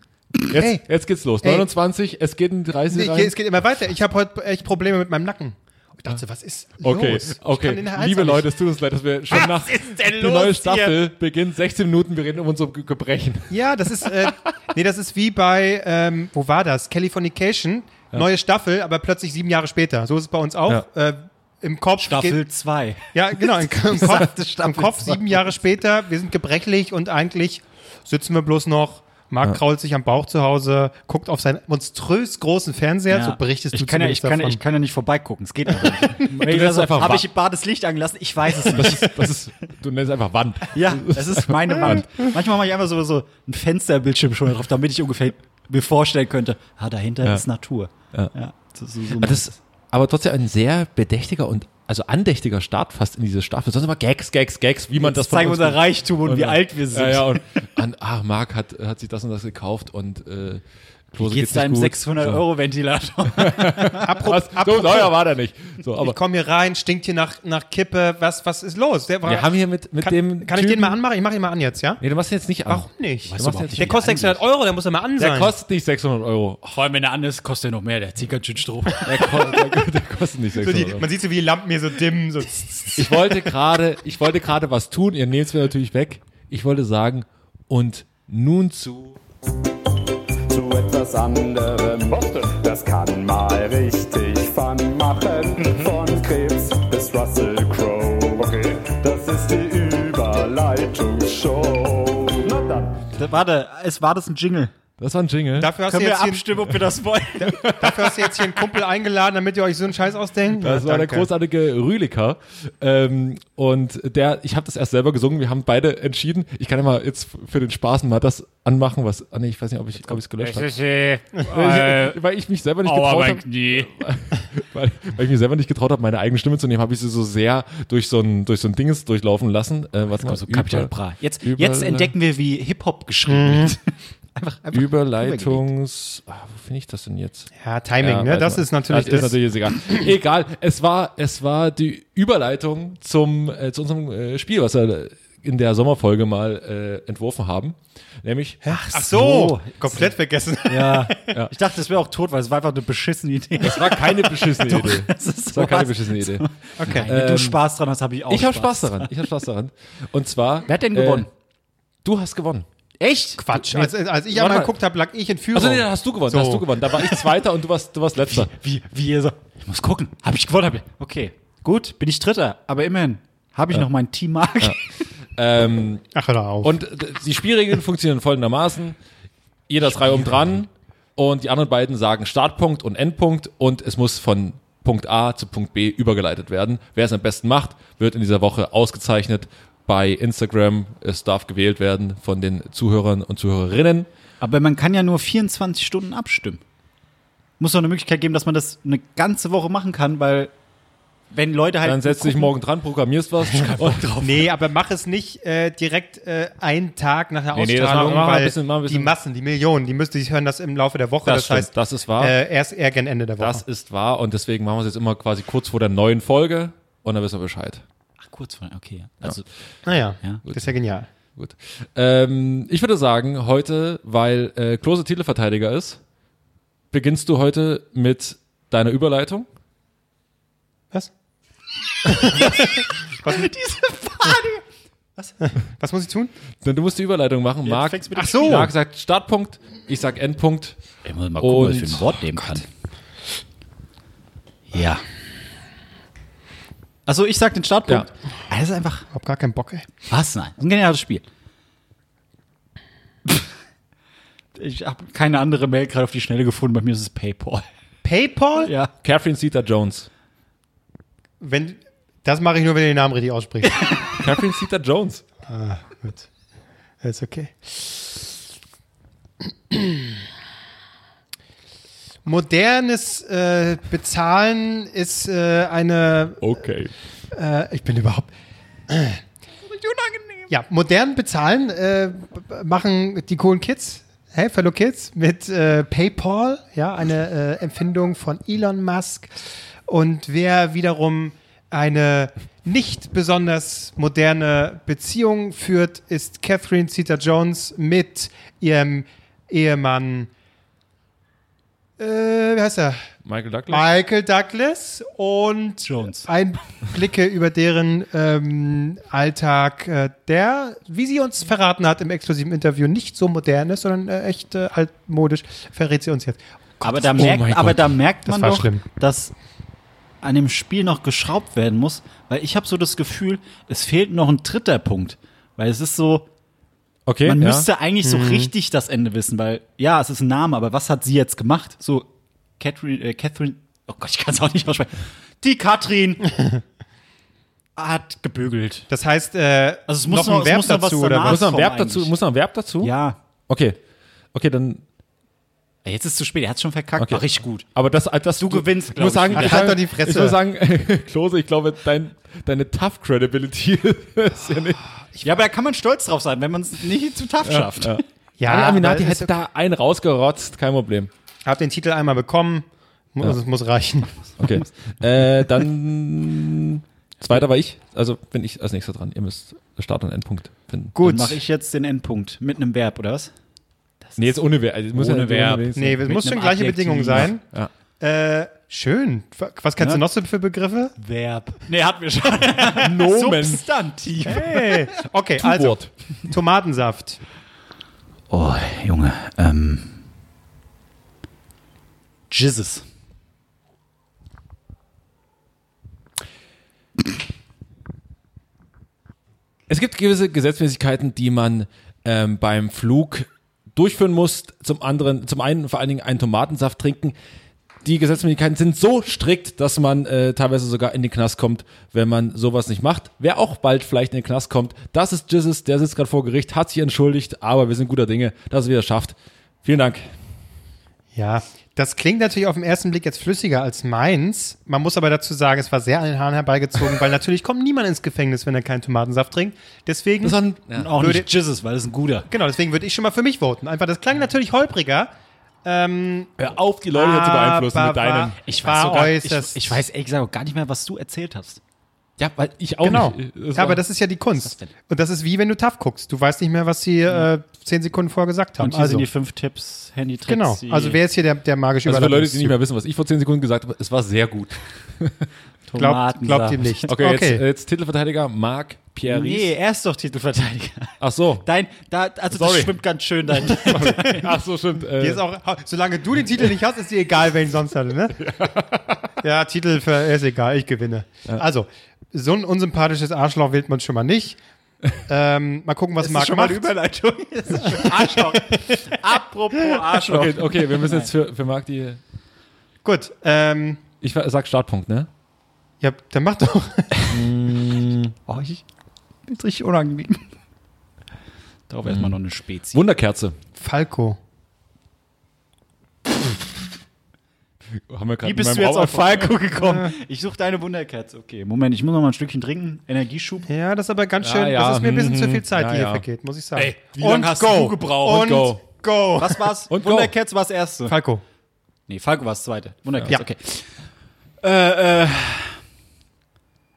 Speaker 2: Jetzt,
Speaker 1: Ey.
Speaker 2: jetzt geht's los.
Speaker 1: Ey.
Speaker 2: 29, es geht in die 30
Speaker 1: Nee,
Speaker 2: rein. Ah.
Speaker 1: hier, es geht immer weiter. Ich habe heute echt Probleme mit meinem Nacken. Ich dachte, was ist
Speaker 2: okay,
Speaker 1: los? Ich kann den
Speaker 2: okay.
Speaker 1: Hals
Speaker 2: Liebe
Speaker 1: auch nicht-
Speaker 2: Leute, es tut uns leid, dass wir schon nach
Speaker 3: ist denn
Speaker 2: die
Speaker 3: los
Speaker 2: neue
Speaker 3: hier?
Speaker 2: Staffel beginnt. 16 Minuten, wir reden um unsere Ge- Gebrechen.
Speaker 1: Ja, das ist, äh, nee, das ist wie bei, ähm, wo war das? Californication, neue Staffel, aber plötzlich sieben Jahre später. So ist es bei uns auch. Äh, Im Kopf.
Speaker 3: Staffel
Speaker 1: geht-
Speaker 3: 2.
Speaker 1: Ja, genau. Im, im
Speaker 3: Gesamte
Speaker 1: Kopf,
Speaker 3: Staffel
Speaker 1: im Kopf sieben Jahre später. Wir sind gebrechlich und eigentlich sitzen wir bloß noch. Marc krault sich am Bauch zu Hause, guckt auf seinen monströs großen Fernseher, so berichtest
Speaker 3: ich
Speaker 1: du
Speaker 3: kann ja,
Speaker 1: zumindest
Speaker 3: ich kann, ja-
Speaker 1: davon.
Speaker 3: ich kann ja nicht vorbeigucken, es geht aber nicht.
Speaker 2: lässt einfach
Speaker 3: Habe
Speaker 2: wa-
Speaker 3: ich bades Licht angelassen? Ich weiß es
Speaker 2: Das
Speaker 3: nicht.
Speaker 2: ist, das ist, du nennst einfach Wand.
Speaker 3: Ja, das ist meine Wand. Manchmal mache ich einfach so, so einen Fensterbildschirm schon drauf, damit ich ungefähr mir vorstellen könnte, ah, dahinter ist Natur. Ja. Ah, so, so, so
Speaker 2: Das ist aber trotzdem ein sehr bedächtiger und also andächtiger Start fast in diese Staffel. Sonst immer Gags, Gags, Gags, wie man das
Speaker 3: das zeigen
Speaker 2: uns
Speaker 3: unser
Speaker 2: kennt.
Speaker 3: Reichtum und, wie
Speaker 2: ja.
Speaker 3: alt wir sind.
Speaker 2: Ja, ja, und an, ah, Marc hat, hat sich das und das gekauft und äh, Klose
Speaker 3: Geht's deinem 600-Euro-Ventilator?
Speaker 1: Apropos,
Speaker 2: Was? So
Speaker 1: apropos,
Speaker 2: teuer war der nicht. So, aber
Speaker 1: ich komme hier rein, stinkt hier nach, nach Kippe. Was, was ist los? Der war,
Speaker 2: wir haben hier mit, mit
Speaker 1: kann,
Speaker 2: dem.
Speaker 1: kann ich den
Speaker 2: Typen-
Speaker 1: mal anmachen? Ich mache ihn mal an jetzt, ja?
Speaker 2: Nee, du machst ihn jetzt nicht an.
Speaker 1: Warum nicht?
Speaker 2: Du machst ihn jetzt
Speaker 1: Der
Speaker 2: nicht
Speaker 1: kostet 600 Euro, der muss er mal an
Speaker 2: Der
Speaker 1: sein.
Speaker 2: kostet nicht 600 Euro.
Speaker 3: Vor allem, wenn er an ist, kostet er noch mehr, der zieht ganz schön Strom.
Speaker 2: Der, ko- der, der kostet nicht
Speaker 1: So die,
Speaker 2: 600 Euro.
Speaker 1: man sieht so, wie die Lampen hier so dimmen. So.
Speaker 2: Ich wollte gerade, ich wollte gerade was tun. Ihr nehmt es mir natürlich weg. Ich wollte sagen, und nun zu.
Speaker 5: zu etwas anderem. Das kann mal richtig Fun machen. Von Krebs bis Russell Crowe. Das ist die Überleitungsshow. Na dann.
Speaker 3: Da- Warte, es war das ein Jingle.
Speaker 2: Das war ein Jingle.
Speaker 1: Dafür hast, du
Speaker 3: Können wir
Speaker 1: jetzt hier,
Speaker 3: abstimmen, ob wir das wollen?
Speaker 1: dafür hast du jetzt hier einen Kumpel eingeladen, damit ihr euch so einen Scheiß ausdenkt.
Speaker 2: Das
Speaker 1: Ja,
Speaker 2: war der
Speaker 1: danke.
Speaker 2: großartige Rühlicker. Ähm, und der, ich habe das erst selber gesungen, wir haben beide entschieden. Ich kann ja mal jetzt für den Spaß mal das anmachen, was. Ah nee, ich weiß nicht, ob ich es gelöscht habe.
Speaker 1: äh,
Speaker 2: Weil ich mich selber nicht getraut habe.
Speaker 3: Knie.
Speaker 2: Weil, weil ich mich selber nicht getraut habe, meine eigene Stimme zu nehmen, habe ich sie so sehr durch so ein, durch so ein Dinges durchlaufen lassen. Äh, was mal,
Speaker 3: Also Capital Bra. Jetzt,
Speaker 2: Über-
Speaker 3: jetzt entdecken wir, wie Hip-Hop geschrieben wird.
Speaker 2: Überleitungs. Ah, wo finde ich das denn jetzt?
Speaker 1: Ja, Timing,
Speaker 2: Ja,
Speaker 1: ne?
Speaker 2: weiß
Speaker 1: Das
Speaker 2: man.
Speaker 1: ist natürlich
Speaker 2: das.
Speaker 1: das.
Speaker 2: Ist natürlich jetzt egal. egal, es war, es war die Überleitung zum, äh, zu unserem äh, Spiel, was wir in der Sommerfolge mal äh, entworfen haben. Nämlich,
Speaker 1: Ach so, komplett vergessen.
Speaker 3: Ja. Ich dachte, das wäre auch tot, weil es war einfach eine beschissene Idee.
Speaker 2: es war keine beschissene Idee.
Speaker 3: Das ist
Speaker 2: Es war keine
Speaker 3: sowas.
Speaker 2: beschissene Idee.
Speaker 1: Okay.
Speaker 2: Äh,
Speaker 3: Wenn du Spaß Äh, dran hast, habe Ähm, ich auch
Speaker 2: Ich habe Spaß daran. Ich habe Spaß daran. Und zwar. Äh,
Speaker 3: Wer hat denn gewonnen?
Speaker 2: Du hast gewonnen.
Speaker 3: Echt?
Speaker 1: Quatsch. Als, als ich
Speaker 2: Warte
Speaker 1: einmal
Speaker 2: mal.
Speaker 1: geguckt habe, lag ich in Führung.
Speaker 2: Also nee, da hast du gewonnen. Da hast
Speaker 1: So.
Speaker 2: du gewonnen. Da war ich Zweiter und du warst, du warst Letzter.
Speaker 3: Wie, wie ihr so, ich muss gucken, habe ich gewonnen, habe ich. Okay, gut, bin ich Dritter, aber immerhin habe ich noch mein Team Mark.
Speaker 2: Ähm,
Speaker 1: Ach, hör doch auf.
Speaker 2: Und äh, die Spielregeln funktionieren folgendermaßen. Jeder ist reihum dran und die anderen beiden sagen Startpunkt und Endpunkt und es muss von Punkt A zu Punkt B übergeleitet werden. Wer es am besten macht, wird in dieser Woche ausgezeichnet bei Instagram. Es darf gewählt werden von den Zuhörern und Zuhörerinnen.
Speaker 3: Aber man kann ja nur 24 Stunden abstimmen. Muss doch eine Möglichkeit geben, dass man das eine ganze Woche machen kann, weil wenn Leute halt.
Speaker 2: Dann setzt dich
Speaker 3: gucken-
Speaker 2: morgen dran, programmierst was. und drauf.
Speaker 1: Nee, aber mach es nicht äh, direkt äh, einen Tag nach der
Speaker 2: Nee, nee, das
Speaker 1: Ausstrahlung,
Speaker 2: machen wir ein
Speaker 1: weil
Speaker 2: bisschen- machen wir ein
Speaker 1: die
Speaker 2: bisschen-
Speaker 1: Massen, die Millionen, die müsste ich hören das im Laufe der Woche.
Speaker 2: Das
Speaker 1: Das,
Speaker 2: stimmt,
Speaker 1: heißt,
Speaker 2: das ist wahr.
Speaker 1: Äh, erst eher gegen Ende der Woche.
Speaker 2: Das ist wahr und deswegen machen wir es jetzt immer quasi kurz vor der neuen Folge und dann wissen wir Bescheid.
Speaker 3: Ach, kurz vor, okay. Also,
Speaker 1: naja,
Speaker 3: Ja.
Speaker 1: das ist Ah ja genial.
Speaker 2: Gut. Ähm, ich würde sagen, heute, weil äh, Klose Titelverteidiger ist, beginnst du heute mit deiner Überleitung.
Speaker 1: Was?
Speaker 3: Was?
Speaker 1: Was muss ich tun?
Speaker 2: Denn du musst die Überleitung machen. Marc,
Speaker 3: fängst mit dem
Speaker 2: Ach
Speaker 1: Spiel an.
Speaker 2: Marc sagt Startpunkt, ich sag Endpunkt.
Speaker 3: Ich muss mal
Speaker 2: Und-
Speaker 3: gucken, was ich für ein Wort nehmen kann. Ja. Also ich sag den Startpunkt. Ah, Das ist einfach.
Speaker 1: Hab gar keinen Bock, ey.
Speaker 3: Was? Nein. Das ist ein geniales Spiel. Ich habe keine andere Mail gerade auf die Schnelle gefunden. Bei mir ist es PayPal.
Speaker 1: PayPal?
Speaker 3: Ja.
Speaker 2: Catherine Zeta Jones.
Speaker 1: Wenn, das mache ich nur, wenn du den Namen richtig aussprichst.
Speaker 2: Catherine Zeta Jones.
Speaker 1: Gut. Das ist okay. Modernes äh, Bezahlen ist äh, eine
Speaker 2: Okay.
Speaker 1: Äh, ich bin überhaupt. Unangenehm. Ja, modern bezahlen äh, b- b- machen die coolen Kids, hey, Fellow Kids, mit äh, PayPal, ja, eine äh, Empfindung von Elon Musk. Und wer wiederum eine nicht besonders moderne Beziehung führt, ist Catherine Zeta Jones mit ihrem Ehemann. Äh, wie heißt er?
Speaker 2: Michael Douglas.
Speaker 1: Michael Douglas und
Speaker 3: Jones.
Speaker 1: Einblicke über deren ähm, Alltag, äh, der, wie sie uns verraten hat im exklusiven Interview, nicht so modern ist, sondern äh, echt äh, altmodisch, verrät sie uns jetzt.
Speaker 3: Aber da,
Speaker 2: oh
Speaker 3: merkt,
Speaker 2: mein
Speaker 3: aber
Speaker 2: Gott.
Speaker 3: da merkt
Speaker 1: Das
Speaker 3: man
Speaker 1: war
Speaker 3: doch,
Speaker 1: schlimm.
Speaker 3: dass an dem Spiel noch geschraubt werden muss, weil ich habe so das Gefühl, es fehlt noch ein dritter Punkt. Weil es ist so,
Speaker 2: Okay.
Speaker 3: man
Speaker 2: ja.
Speaker 3: müsste eigentlich so richtig das Ende wissen, weil ja, es ist ein Name, aber was hat sie jetzt gemacht? So, Catherine, äh, Catherine oh Gott, ich kann es auch nicht aussprechen. Die Katrin hat gebügelt.
Speaker 1: Das heißt, äh,
Speaker 3: Also es muss
Speaker 1: noch
Speaker 3: noch-
Speaker 1: ein
Speaker 3: es
Speaker 1: Verb
Speaker 3: muss noch was
Speaker 1: dazu oder
Speaker 3: danach
Speaker 1: was?
Speaker 2: muss noch ein
Speaker 3: Form
Speaker 2: Verb dazu?
Speaker 3: eigentlich.
Speaker 2: Muss noch ein Verb dazu?
Speaker 3: Ja.
Speaker 2: Okay. Okay, dann.
Speaker 3: Ey, Jetzt ist es zu spät, er hat schon verkackt.
Speaker 2: Okay.
Speaker 3: War richtig gut.
Speaker 2: Aber das, das du
Speaker 3: gewinnst,
Speaker 2: ich muss
Speaker 3: glaub ich,
Speaker 2: sagen,
Speaker 1: wieder.
Speaker 2: ich,
Speaker 1: Halt
Speaker 2: sage-
Speaker 1: doch die Fresse.
Speaker 2: ich muss sagen, Klose, ich glaube, dein, deine Tough Credibility ist ja nicht.
Speaker 3: ja, aber da kann man stolz drauf sein, wenn man es nicht zu tough schafft.
Speaker 2: ja.
Speaker 1: Ja,
Speaker 2: Aminati
Speaker 1: aber es
Speaker 2: hätte
Speaker 1: ist-
Speaker 2: da einen rausgerotzt, kein Problem.
Speaker 1: hab den Titel einmal bekommen, mu- also es muss reichen.
Speaker 2: Okay. äh, dann zweiter war ich. Also bin ich als nächster dran. Ihr müsst Start und Endpunkt finden.
Speaker 3: Dann
Speaker 1: Gut.
Speaker 3: mache ich jetzt den Endpunkt mit einem Verb, oder was?
Speaker 2: Nee, jetzt ohne Verb. Also,
Speaker 3: Ohne Verb.
Speaker 1: Nee, es
Speaker 3: Mit
Speaker 1: muss schon
Speaker 3: einem
Speaker 1: gleiche
Speaker 3: Adjektiv.
Speaker 1: Bedingungen sein.
Speaker 2: Ja.
Speaker 1: Äh, schön. Was kannst
Speaker 3: Ja.
Speaker 1: du noch so für Begriffe?
Speaker 3: Verb. Nee, hatten wir schon.
Speaker 2: Nomen.
Speaker 3: Substantiv.
Speaker 1: Hey. Okay, also
Speaker 2: Wort.
Speaker 1: Tomatensaft.
Speaker 3: Oh, Junge. Ähm. Jesus.
Speaker 2: Es gibt gewisse Gesetzmäßigkeiten, die man ähm, beim Flug durchführen muss. Zum anderen, zum einen vor allen Dingen einen Tomatensaft trinken. Die Gesetzmäßigkeiten sind so strikt, dass man äh, teilweise sogar in den Knast kommt, wenn man sowas nicht macht. Wer auch bald vielleicht in den Knast kommt, das ist Jesus, der sitzt gerade vor Gericht, hat sich entschuldigt, aber wir sind guter Dinge, dass er wieder schafft. Vielen Dank.
Speaker 1: Ja, das klingt natürlich auf den ersten Blick jetzt flüssiger als meins. Man muss aber dazu sagen, es war sehr an den Haaren herbeigezogen, weil natürlich kommt niemand ins Gefängnis, wenn er keinen Tomatensaft trinkt. Deswegen,
Speaker 2: Das war ein,
Speaker 3: Und
Speaker 2: ja.
Speaker 3: auch
Speaker 1: Würde-
Speaker 3: nicht Jesus, weil das ist ein guter.
Speaker 1: genau, deswegen würde ich schon mal für mich voten. Einfach, das klang natürlich holpriger.
Speaker 2: Hör auf, die Leute hier zu beeinflussen mit deinem.
Speaker 1: Ich war äußerst.
Speaker 3: Ich, ich weiß ehrlich gesagt auch gar nicht mehr, was du erzählt hast.
Speaker 2: Ja, weil Oh, ich auch
Speaker 1: genau.
Speaker 2: nicht. Das Hm.
Speaker 1: ja, aber
Speaker 2: war-
Speaker 1: das ist ja die Kunst.
Speaker 3: denn?
Speaker 1: Und das ist wie wenn du TAF guckst. Du weißt nicht mehr, was sie äh, zehn Sekunden vorher gesagt haben. Also,
Speaker 3: fünf Tipps, Handy-Tricks.
Speaker 1: genau. Also wer ist hier der, der magische
Speaker 2: also für Leute, die nicht mehr wissen, was ich vor 10 Sekunden gesagt habe, es war sehr gut.
Speaker 1: glaubt, glaubt ihm nicht.
Speaker 2: Okay, Jetzt, jetzt Titelverteidiger Marc Pierre
Speaker 3: Nee,
Speaker 2: Ries.
Speaker 3: er ist doch Titelverteidiger.
Speaker 2: Ach so.
Speaker 3: Dein, da, also
Speaker 2: Sorry.
Speaker 3: das schwimmt ganz schön dein.
Speaker 2: Ach so, stimmt. Äh,
Speaker 1: Dir ist auch, solange du den Titel nicht hast, ist dir egal, wen ich sonst hatte, ne? Ja, Titel für, ist egal, ich gewinne. Also, so ein unsympathisches Arschloch wählt man schon mal nicht. Ähm, mal gucken, was Marc macht.
Speaker 3: Überleitung. Das ist schon Arschloch. Apropos Arschloch.
Speaker 2: okay, okay, wir müssen jetzt für, für Marc die.
Speaker 1: Gut, ähm,
Speaker 2: Ich ver- sag Startpunkt, ne?
Speaker 1: ja, dann mach doch.
Speaker 3: Oh, ich bin jetzt richtig unangenehm. Darauf erstmal noch eine Spezie.
Speaker 2: Wunderkerze.
Speaker 1: Falco.
Speaker 2: Haben wir gerade
Speaker 3: Wie
Speaker 2: in
Speaker 3: bist
Speaker 2: meinem
Speaker 3: du jetzt
Speaker 2: Raum
Speaker 3: auf Falco gekommen? Ich suche deine Wunderkerze. Okay, Moment, ich muss noch mal ein Stückchen trinken. Energieschub.
Speaker 1: Ja, das ist aber ganz schön,
Speaker 2: Ja, ja,
Speaker 1: das ist mir ein bisschen
Speaker 2: mhm,
Speaker 1: zu viel Zeit,
Speaker 2: ja,
Speaker 1: die hier
Speaker 2: ja.
Speaker 1: vergeht, muss ich sagen.
Speaker 2: Ey, wie lange hast du gebraucht?
Speaker 1: Und
Speaker 2: Und
Speaker 1: go. go.
Speaker 3: Was war's?
Speaker 2: Und go.
Speaker 3: Wunderkerze war das erste.
Speaker 1: Falco.
Speaker 3: nee, Falco war das zweite. Wunderkerze,
Speaker 1: Ja.
Speaker 3: okay. Äh, äh,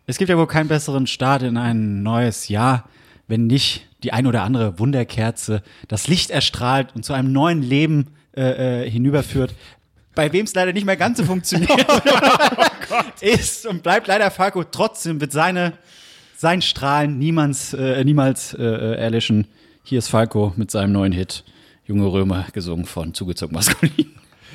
Speaker 3: es gibt ja wohl keinen besseren Start in ein neues Jahr, wenn nicht die ein oder andere Wunderkerze das Licht erstrahlt und zu einem neuen Leben äh, äh, hinüberführt. Bei wem es leider nicht mehr ganz so funktioniert, ist und bleibt leider Falco. Trotzdem wird seine, sein Strahlen niemals, äh, niemals äh, äh, erlischen. Hier ist Falco mit seinem neuen Hit Junge Römer, gesungen von Zugezogen Maskulin.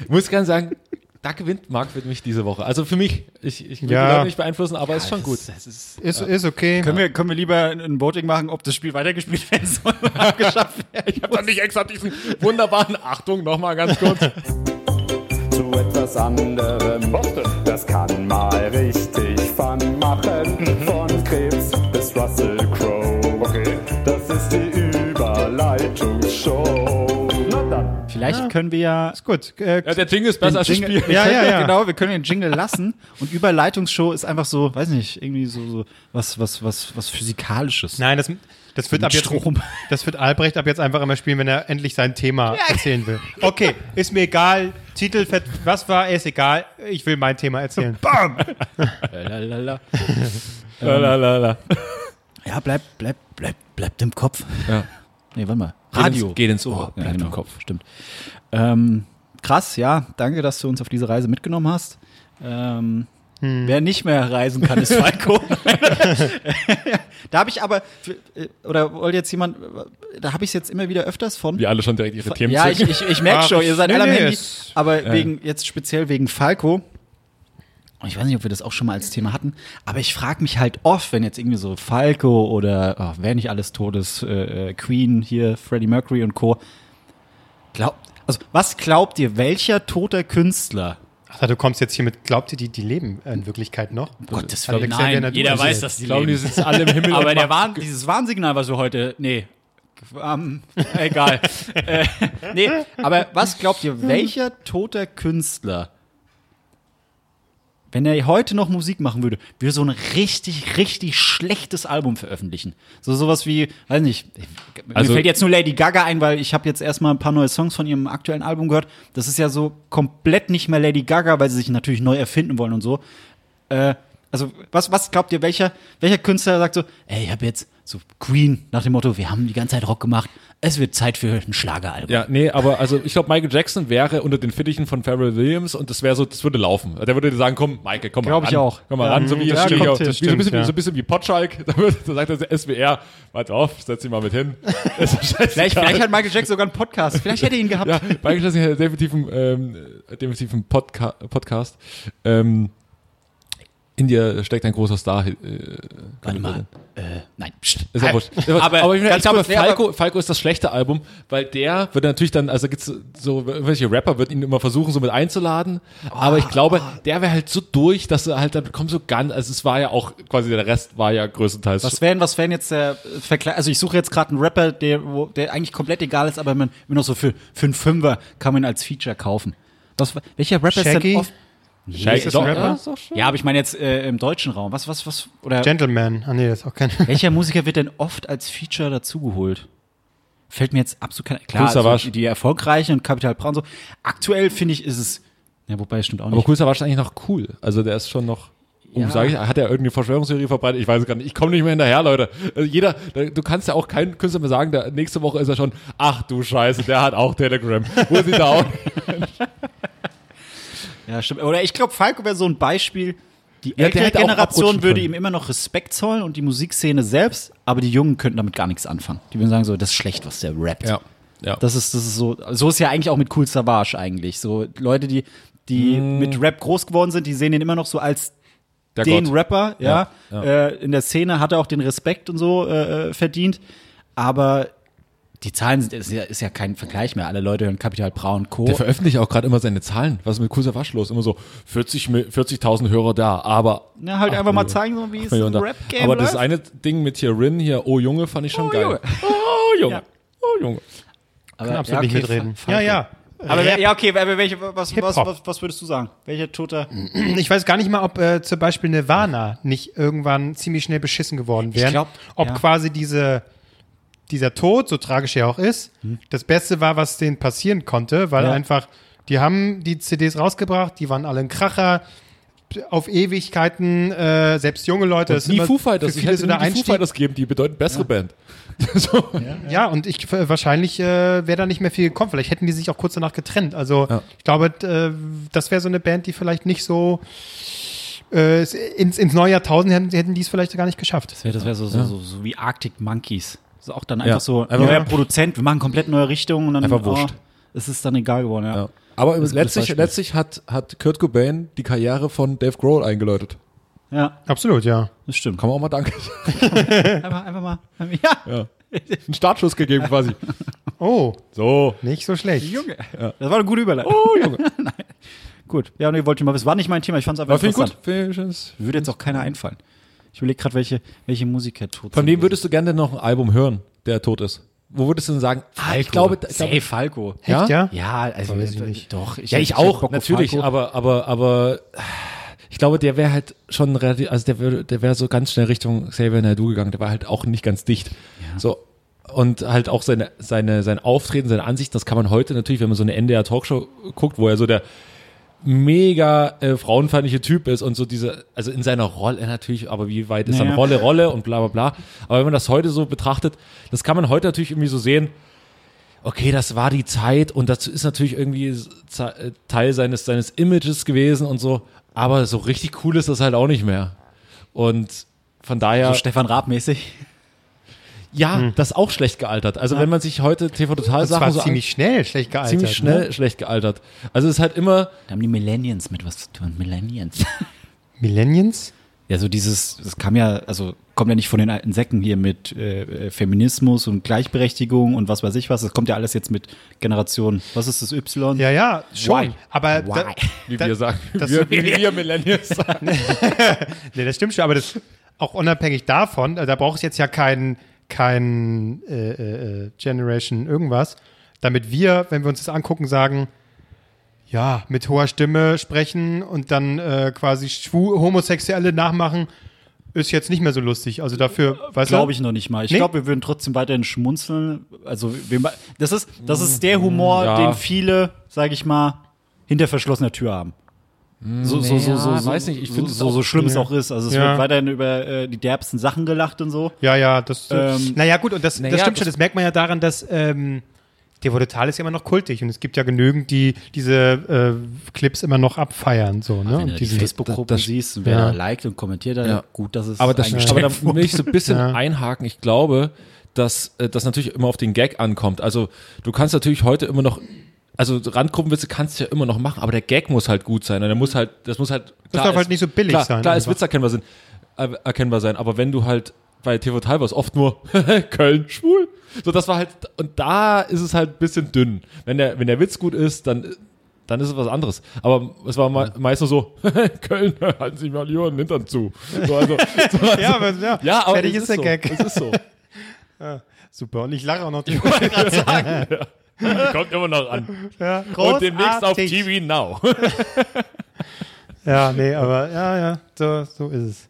Speaker 2: Ich muss gerne sagen, da gewinnt Marc für mich diese Woche. Also für mich, ich, ich will
Speaker 1: Ja.
Speaker 2: die Leute nicht beeinflussen, aber ist schon gut.
Speaker 1: Ist, ist okay.
Speaker 3: Können, wir, können wir lieber ein Voting machen, ob das Spiel weitergespielt werden soll oder abgeschafft werden?
Speaker 2: Ich habe dann nicht extra diesen wunderbaren, Achtung, nochmal ganz kurz.
Speaker 5: zu etwas anderem. Das kann mal richtig Fun machen. Von Krebs bis Russell Crowe. Das ist die Überleitungsshow. Na dann.
Speaker 3: Vielleicht können wir ja.
Speaker 1: Ist gut. Äh,
Speaker 2: Ja, der Jingle ist besser als das Spiel.
Speaker 1: Ja,
Speaker 3: Ja, ja,
Speaker 1: ja, ja.
Speaker 3: Genau, wir können den Jingle lassen. Und Überleitungsshow ist einfach so, weiß nicht, irgendwie so, so was, was, was, was Physikalisches.
Speaker 1: Nein, das, das wird ab jetzt.
Speaker 3: Strom.
Speaker 1: Das wird Albrecht ab jetzt einfach immer spielen, wenn er endlich sein Thema erzählen will. Okay, ist mir egal. Titel, fett, was war, ist egal. Ich will mein Thema erzählen.
Speaker 3: Lalalala.
Speaker 2: La, la, la, la.
Speaker 3: Ja, bleib, bleib, bleib, bleibt im Kopf.
Speaker 2: Ja.
Speaker 3: Nee, warte mal.
Speaker 2: Geht ins, geht ins Ohr,
Speaker 3: Ja,
Speaker 2: bleibt
Speaker 3: genau.
Speaker 2: im Kopf.
Speaker 3: Stimmt. Ähm, krass, ja. Danke, dass du uns auf diese Reise mitgenommen hast. Ähm, Wer nicht mehr reisen kann, ist Falco. da habe ich aber, äh, oder wollte jetzt jemand, äh, da habe ich es jetzt immer wieder öfters von.
Speaker 2: Wir alle schon direkt ihre Themen
Speaker 3: Ja, ich,
Speaker 2: zurück.
Speaker 3: ich, ich merke
Speaker 1: Ach,
Speaker 3: schon, ihr seid
Speaker 1: Ah, nee,
Speaker 3: alle am
Speaker 1: nee,
Speaker 3: Handy.
Speaker 1: es-
Speaker 3: Aber wegen, jetzt speziell wegen Falco. Ich weiß nicht, ob wir das auch schon mal als Thema hatten, aber ich frage mich halt oft, wenn jetzt irgendwie so Falco oder ach, wer nicht alles Todes, äh, äh, Queen hier, Freddie Mercury und Co. Glaubt, also was glaubt ihr, welcher toter Künstler?
Speaker 1: Ach, du kommst jetzt hier mit, glaubt ihr, die, die leben in Wirklichkeit noch?
Speaker 3: Um
Speaker 2: Also,
Speaker 3: Gottes
Speaker 1: Willen. Alexander Nein, jeder Dumas. weiß, dass
Speaker 2: Ich glaube, also, die sitzen alle im Himmel.
Speaker 3: Aber
Speaker 2: und
Speaker 3: der
Speaker 2: machen-
Speaker 3: Warn, dieses Warnsignal, was wir heute. Nee. Ähm, egal. äh, nee, aber was glaubt ihr, welcher toter Künstler, wenn er heute noch Musik machen würde, würde so ein richtig, richtig schlechtes Album veröffentlichen? So sowas wie, weiß nicht,
Speaker 2: Also-
Speaker 3: mir fällt jetzt nur Lady Gaga ein, weil ich habe jetzt erstmal ein paar neue Songs von ihrem aktuellen Album gehört. Das ist ja so komplett nicht mehr Lady Gaga, weil sie sich natürlich neu erfinden wollen und so. Äh, also, was, was glaubt ihr, welcher, welcher Künstler sagt so, ey, ich habe jetzt so Queen nach dem Motto, wir haben die ganze Zeit Rock gemacht, es wird Zeit für ein Schlageralbum.
Speaker 2: Ja, nee, aber also ich glaube, Michael Jackson wäre unter den Fittichen von Pharrell Williams und das wäre so, das würde laufen. Der würde sagen, komm, Michael, komm mal
Speaker 3: Glaub
Speaker 2: ran.
Speaker 3: ich auch.
Speaker 2: Komm mal
Speaker 3: Ja,
Speaker 2: ran, so wie,
Speaker 1: das
Speaker 2: ja,
Speaker 1: stimmt,
Speaker 2: wie,
Speaker 1: ja,
Speaker 2: so,
Speaker 1: das
Speaker 2: wie so ein bisschen,
Speaker 1: stimmt, ja.
Speaker 2: so ein bisschen wie Potschalk. Da, würde, da sagt der SWR, warte auf, setz dich mal mit hin. Ist doch scheißegal.
Speaker 3: Vielleicht, vielleicht hat Michael Jackson sogar einen Podcast, vielleicht hätte er ihn gehabt.
Speaker 2: ja, Michael Jackson hat definitiv einen, ähm, definitiv einen Podca Podcast. Ähm, in dir steckt ein großer Star. Äh,
Speaker 3: Warte mal. Äh, nein, pst.
Speaker 2: Ist auch wurscht. Ist auch-
Speaker 3: Aber
Speaker 2: aber ich, ich
Speaker 3: ganz
Speaker 2: glaube,
Speaker 3: kurz, nee, aber-
Speaker 2: Falco, Falco ist das schlechte Album, weil der wird natürlich dann, also gibt's so, irgendwelche Rapper wird ihn immer versuchen, so mit einzuladen. aber ich glaube,
Speaker 3: Ah.
Speaker 2: der wäre halt so durch, dass er halt dann kommt so ganz, also es war ja auch quasi der Rest war ja größtenteils.
Speaker 3: Was wären, was wären jetzt der äh, Vergleich? Also ich suche jetzt gerade einen Rapper, der, wo, der eigentlich komplett egal ist, aber man immer noch so für, für einen Fünfer kann man ihn als Feature kaufen. Was, welcher Rapper ist
Speaker 1: Shaggy?
Speaker 3: denn oft? Nee,
Speaker 2: Scheiße,
Speaker 1: ist ein Rapper?
Speaker 2: ja, ist doch schön.
Speaker 3: Ja, aber ich meine jetzt äh, im deutschen Raum. Was, was, was? Oder
Speaker 1: Gentleman. Ah, nee, das ist auch kein.
Speaker 3: Welcher Musiker wird denn oft als Feature dazugeholt? Fällt mir jetzt absolut kein. Klar,
Speaker 2: Kool Savas.
Speaker 3: die erfolgreichen und Capital Bra und so. Aktuell finde ich, ist es. Ja, wobei stimmt auch
Speaker 2: Aber
Speaker 3: nicht.
Speaker 2: Cool war eigentlich noch cool. Also der ist schon noch. Um,
Speaker 3: Ja.
Speaker 2: sag ich, hat er irgendeine Verschwörungstheorie verbreitet? Ich weiß es gar nicht. Ich komme nicht mehr hinterher, Leute. Also jeder, du kannst ja auch keinen Künstler mehr sagen, der, nächste Woche ist er schon, ach du Scheiße, der hat auch Telegram. Wo ist die da?
Speaker 3: Ja, stimmt. Oder ich glaube, Falco wäre so ein Beispiel. Die
Speaker 2: der
Speaker 3: ältere
Speaker 2: hätte auch
Speaker 3: Generation
Speaker 2: abrutschen
Speaker 3: würde ihm
Speaker 2: können.
Speaker 3: immer noch Respekt zollen und die Musikszene selbst, aber die Jungen könnten damit gar nichts anfangen. Die würden sagen so, das ist schlecht, was der rappt.
Speaker 2: ja.
Speaker 3: Das ist, das ist so, so ist ja eigentlich auch mit Cool Savage eigentlich. So Leute, die, die mit Rap groß geworden sind, die sehen ihn immer noch so als
Speaker 2: Mm. Der
Speaker 3: den
Speaker 2: Gott.
Speaker 3: Rapper, ja,
Speaker 2: Ja,
Speaker 3: Äh, in der Szene hat er auch den Respekt und so äh, äh, verdient, aber die Zahlen sind ist ja, ist ja kein Vergleich mehr. Alle Leute hören Capital Bra und Co.
Speaker 2: Der veröffentlicht auch gerade immer seine Zahlen. Was ist mit Kusa Wasch los? Immer so 40 Mi- 40.000 Hörer da, aber.
Speaker 3: Na, halt
Speaker 2: acht
Speaker 3: einfach mal
Speaker 2: Millionen-
Speaker 3: zeigen, so wie
Speaker 2: acht
Speaker 3: es
Speaker 2: Millionen
Speaker 3: im
Speaker 2: da.
Speaker 3: Rap-Game
Speaker 2: Aber das
Speaker 3: läuft.
Speaker 2: eine Ding mit hier Rin hier, oh Junge, fand ich schon geil.
Speaker 3: Junge.
Speaker 2: Oh Junge.
Speaker 3: Ja.
Speaker 2: Oh Junge.
Speaker 3: aber,
Speaker 1: Kann absolut
Speaker 3: ja,
Speaker 1: nicht
Speaker 3: okay,
Speaker 1: mitreden.
Speaker 3: Fa- Falco.
Speaker 1: Ja, ja.
Speaker 3: Aber wer- ja, okay, aber welche, was, was,
Speaker 1: Hip-Hop.
Speaker 3: was, was würdest du sagen? Welcher toter.
Speaker 1: Ich weiß gar nicht mal, ob äh, zum Beispiel Nirvana nicht irgendwann ziemlich schnell beschissen geworden wäre.
Speaker 3: glaub,
Speaker 1: ob
Speaker 3: ja.
Speaker 1: quasi diese, dieser Tod, so tragisch er auch ist,
Speaker 2: Mhm.
Speaker 1: das Beste war, was denen passieren konnte, weil
Speaker 3: Ja.
Speaker 1: einfach, die haben die CDs rausgebracht, die waren alle ein Kracher, auf Ewigkeiten, äh, selbst junge Leute. das
Speaker 2: Das
Speaker 1: ist
Speaker 2: nie
Speaker 1: immer
Speaker 2: Foo Fighters.
Speaker 1: für
Speaker 2: Ich
Speaker 1: viele
Speaker 2: hätte
Speaker 1: so
Speaker 2: nie
Speaker 1: der
Speaker 2: die Foo
Speaker 1: Einstieg.
Speaker 2: Fighters geben, die bedeutend bessere Band. So.
Speaker 1: Ja, und ich wahrscheinlich äh, wäre da nicht mehr viel gekommen. Vielleicht hätten die sich auch kurz danach getrennt. Also
Speaker 2: Ja.
Speaker 1: ich glaube, d- äh, das wäre so eine Band, die vielleicht nicht so äh, s- ins, ins neue Jahrtausend hätten, hätten die es vielleicht gar nicht geschafft.
Speaker 3: Das wäre so, so, so, so wie Arctic Monkeys. Das ist auch dann einfach
Speaker 2: Ja.
Speaker 3: so
Speaker 2: Einfach-
Speaker 3: neuer Produzent, wir machen komplett neue Richtungen und dann oh,
Speaker 2: Einfach wurscht.
Speaker 3: es ist dann egal geworden, ja.
Speaker 2: Ja. Aber
Speaker 3: Das ist ein gutes
Speaker 2: letztlich,
Speaker 3: Beispiel.
Speaker 2: letztlich hat, hat Kurt Cobain die Karriere von Dave Grohl eingeläutet.
Speaker 3: Ja,
Speaker 1: Absolut, ja.
Speaker 3: das stimmt.
Speaker 2: Kann man auch mal danken.
Speaker 3: Einfach, einfach mal. Ja,
Speaker 2: Ja. Einen Startschuss gegeben quasi.
Speaker 1: Oh,
Speaker 2: So.
Speaker 1: nicht so schlecht.
Speaker 3: Junge. Das war eine gute Überleitung. Oh, Junge. Nein. Gut. Ja, nee, wollte ich mal wissen. War nicht mein Thema, ich fand es einfach
Speaker 2: War viel
Speaker 3: interessant.
Speaker 2: gut. Finde ich es-
Speaker 3: Würde jetzt auch keiner einfallen. Ich überlege gerade, welche, welche Musiker tot
Speaker 2: Von
Speaker 3: sind.
Speaker 2: wem würdest du gerne noch ein Album hören, der tot ist? Wo würdest du denn sagen, ah, ich glaube, ich glaube
Speaker 3: Hey, Falco.
Speaker 2: ja?
Speaker 1: Echt, ja?
Speaker 3: Ja, also
Speaker 1: Weiß ich nicht.
Speaker 3: doch.
Speaker 2: Ja, ich
Speaker 3: hab Bock
Speaker 2: auch,
Speaker 3: auf
Speaker 2: natürlich,
Speaker 3: Falco.
Speaker 2: aber, aber, aber ich glaube, der wäre halt schon relativ, also der wäre der wäre so ganz schnell Richtung Xavier Naidoo gegangen, der war halt auch nicht ganz dicht. So. Und halt auch seine, seine, sein Auftreten, seine Ansicht, das kann man heute natürlich, wenn man so eine NDR Talkshow guckt, wo er so der mega äh, frauenfeindliche Typ ist und so diese, also in seiner Rolle natürlich, aber wie weit ist dann
Speaker 3: Naja.
Speaker 2: Rolle, Rolle und bla bla bla. Aber wenn man das heute so betrachtet, das kann man heute natürlich irgendwie so sehen, okay, das war die Zeit und dazu ist natürlich irgendwie s- Ze- äh, Teil seines, seines Images gewesen und so, aber so richtig cool ist das halt auch nicht mehr. Und von daher,
Speaker 3: So Stefan Raab mäßig.
Speaker 2: ja, das ist auch schlecht gealtert. Also wenn man sich heute TV Total
Speaker 1: Hm. Das
Speaker 2: Sachen
Speaker 1: war
Speaker 2: so
Speaker 1: ziemlich schnell, schlecht
Speaker 2: an,
Speaker 1: gealtert. ne?
Speaker 2: ziemlich schnell schlecht gealtert. Also es ist halt immer,
Speaker 3: Da haben die Millennials mit was zu tun. Millennials.
Speaker 1: Ne? Millennials?
Speaker 3: Ja, so dieses, das kam ja, also kommt ja nicht von den alten Säcken hier mit äh, äh, Feminismus und Gleichberechtigung und was weiß ich was. Das kommt ja alles jetzt mit Generation, was ist das Y?
Speaker 1: Ja, ja, schon.
Speaker 3: Why?
Speaker 1: Aber
Speaker 3: Why?
Speaker 2: wie
Speaker 1: da-
Speaker 2: wir sagen,
Speaker 1: das-
Speaker 2: wir, wie wir Millennials sagen.
Speaker 1: Nee, das stimmt schon, aber das auch unabhängig davon, also da braucht es jetzt ja kein, kein äh, äh, äh, Generation irgendwas, damit wir, wenn wir uns das angucken, sagen, ja, mit hoher Stimme sprechen und dann äh, quasi schwu Homosexuelle nachmachen, ist jetzt nicht mehr so lustig. Also dafür, weißt du?
Speaker 3: Glaube ich noch nicht mal. Ich
Speaker 1: Nee.
Speaker 3: glaube, wir würden trotzdem weiterhin schmunzeln. Also wir, ma- das ist, das ist der Humor,
Speaker 2: Mm, ja.
Speaker 3: den viele, sage ich mal, hinter verschlossener Tür haben. So, so, so, so,
Speaker 2: ja,
Speaker 3: so,
Speaker 2: weiß nicht, ich
Speaker 3: so,
Speaker 2: find es
Speaker 3: so,
Speaker 2: auch-
Speaker 3: so schlimm es
Speaker 1: ja.
Speaker 3: auch ist. Also es
Speaker 1: Ja.
Speaker 3: wird weiterhin über äh, die derbsten Sachen gelacht und so.
Speaker 1: Ja, ja, das.
Speaker 3: Ähm,
Speaker 1: naja, gut, und das,
Speaker 2: naja,
Speaker 1: das stimmt
Speaker 2: das-
Speaker 1: schon. Das merkt man ja daran, dass ähm, der Vodatal ist ja immer noch kultig und es gibt ja genügend, die diese äh, Clips immer noch abfeiern. So, ne?
Speaker 3: Wenn
Speaker 1: Und
Speaker 3: du die
Speaker 1: diese-
Speaker 3: Facebook-Gruppen
Speaker 2: das-
Speaker 3: siehst, und wer
Speaker 1: ja.
Speaker 3: da liked und kommentiert, dann
Speaker 2: Ja.
Speaker 3: gut, dass es
Speaker 2: Aber, das, aber
Speaker 3: eingestellt
Speaker 2: da
Speaker 3: wurde.
Speaker 2: will ich so ein bisschen
Speaker 1: Ja.
Speaker 2: einhaken. Ich glaube, dass äh, das natürlich immer auf den Gag ankommt. Also du kannst natürlich heute immer noch, also Randgruppenwitze kannst du ja immer noch machen, aber der Gag muss halt gut sein. Und der muss halt, das muss halt. Klar,
Speaker 1: darf
Speaker 2: es-
Speaker 1: halt nicht so billig
Speaker 2: klar,
Speaker 1: sein
Speaker 2: Klar, es
Speaker 1: einfach.
Speaker 2: Witz erkennbar, sind, äh, erkennbar sein. Aber wenn du halt bei TV Total warst, oft nur Köln schwul. So, das war halt, und da ist es halt ein bisschen dünn. Wenn der, wenn der Witz gut ist, dann dann ist es was anderes. Aber es war me meistens so, Köln, halten Sie mal Ihren Hintern zu. So, also, so, also,
Speaker 1: Ja, aber, ja,
Speaker 2: ja, aber
Speaker 1: fertig
Speaker 2: es
Speaker 1: ist, der
Speaker 2: so.
Speaker 1: Gag.
Speaker 2: Es ist so.
Speaker 1: Super, und ich lache auch noch.
Speaker 2: Kommt immer noch an.
Speaker 1: Ja,
Speaker 2: Und demnächst auf
Speaker 1: großartig.
Speaker 2: TV Now.
Speaker 1: Ja, nee, aber ja, ja, so, so ist es.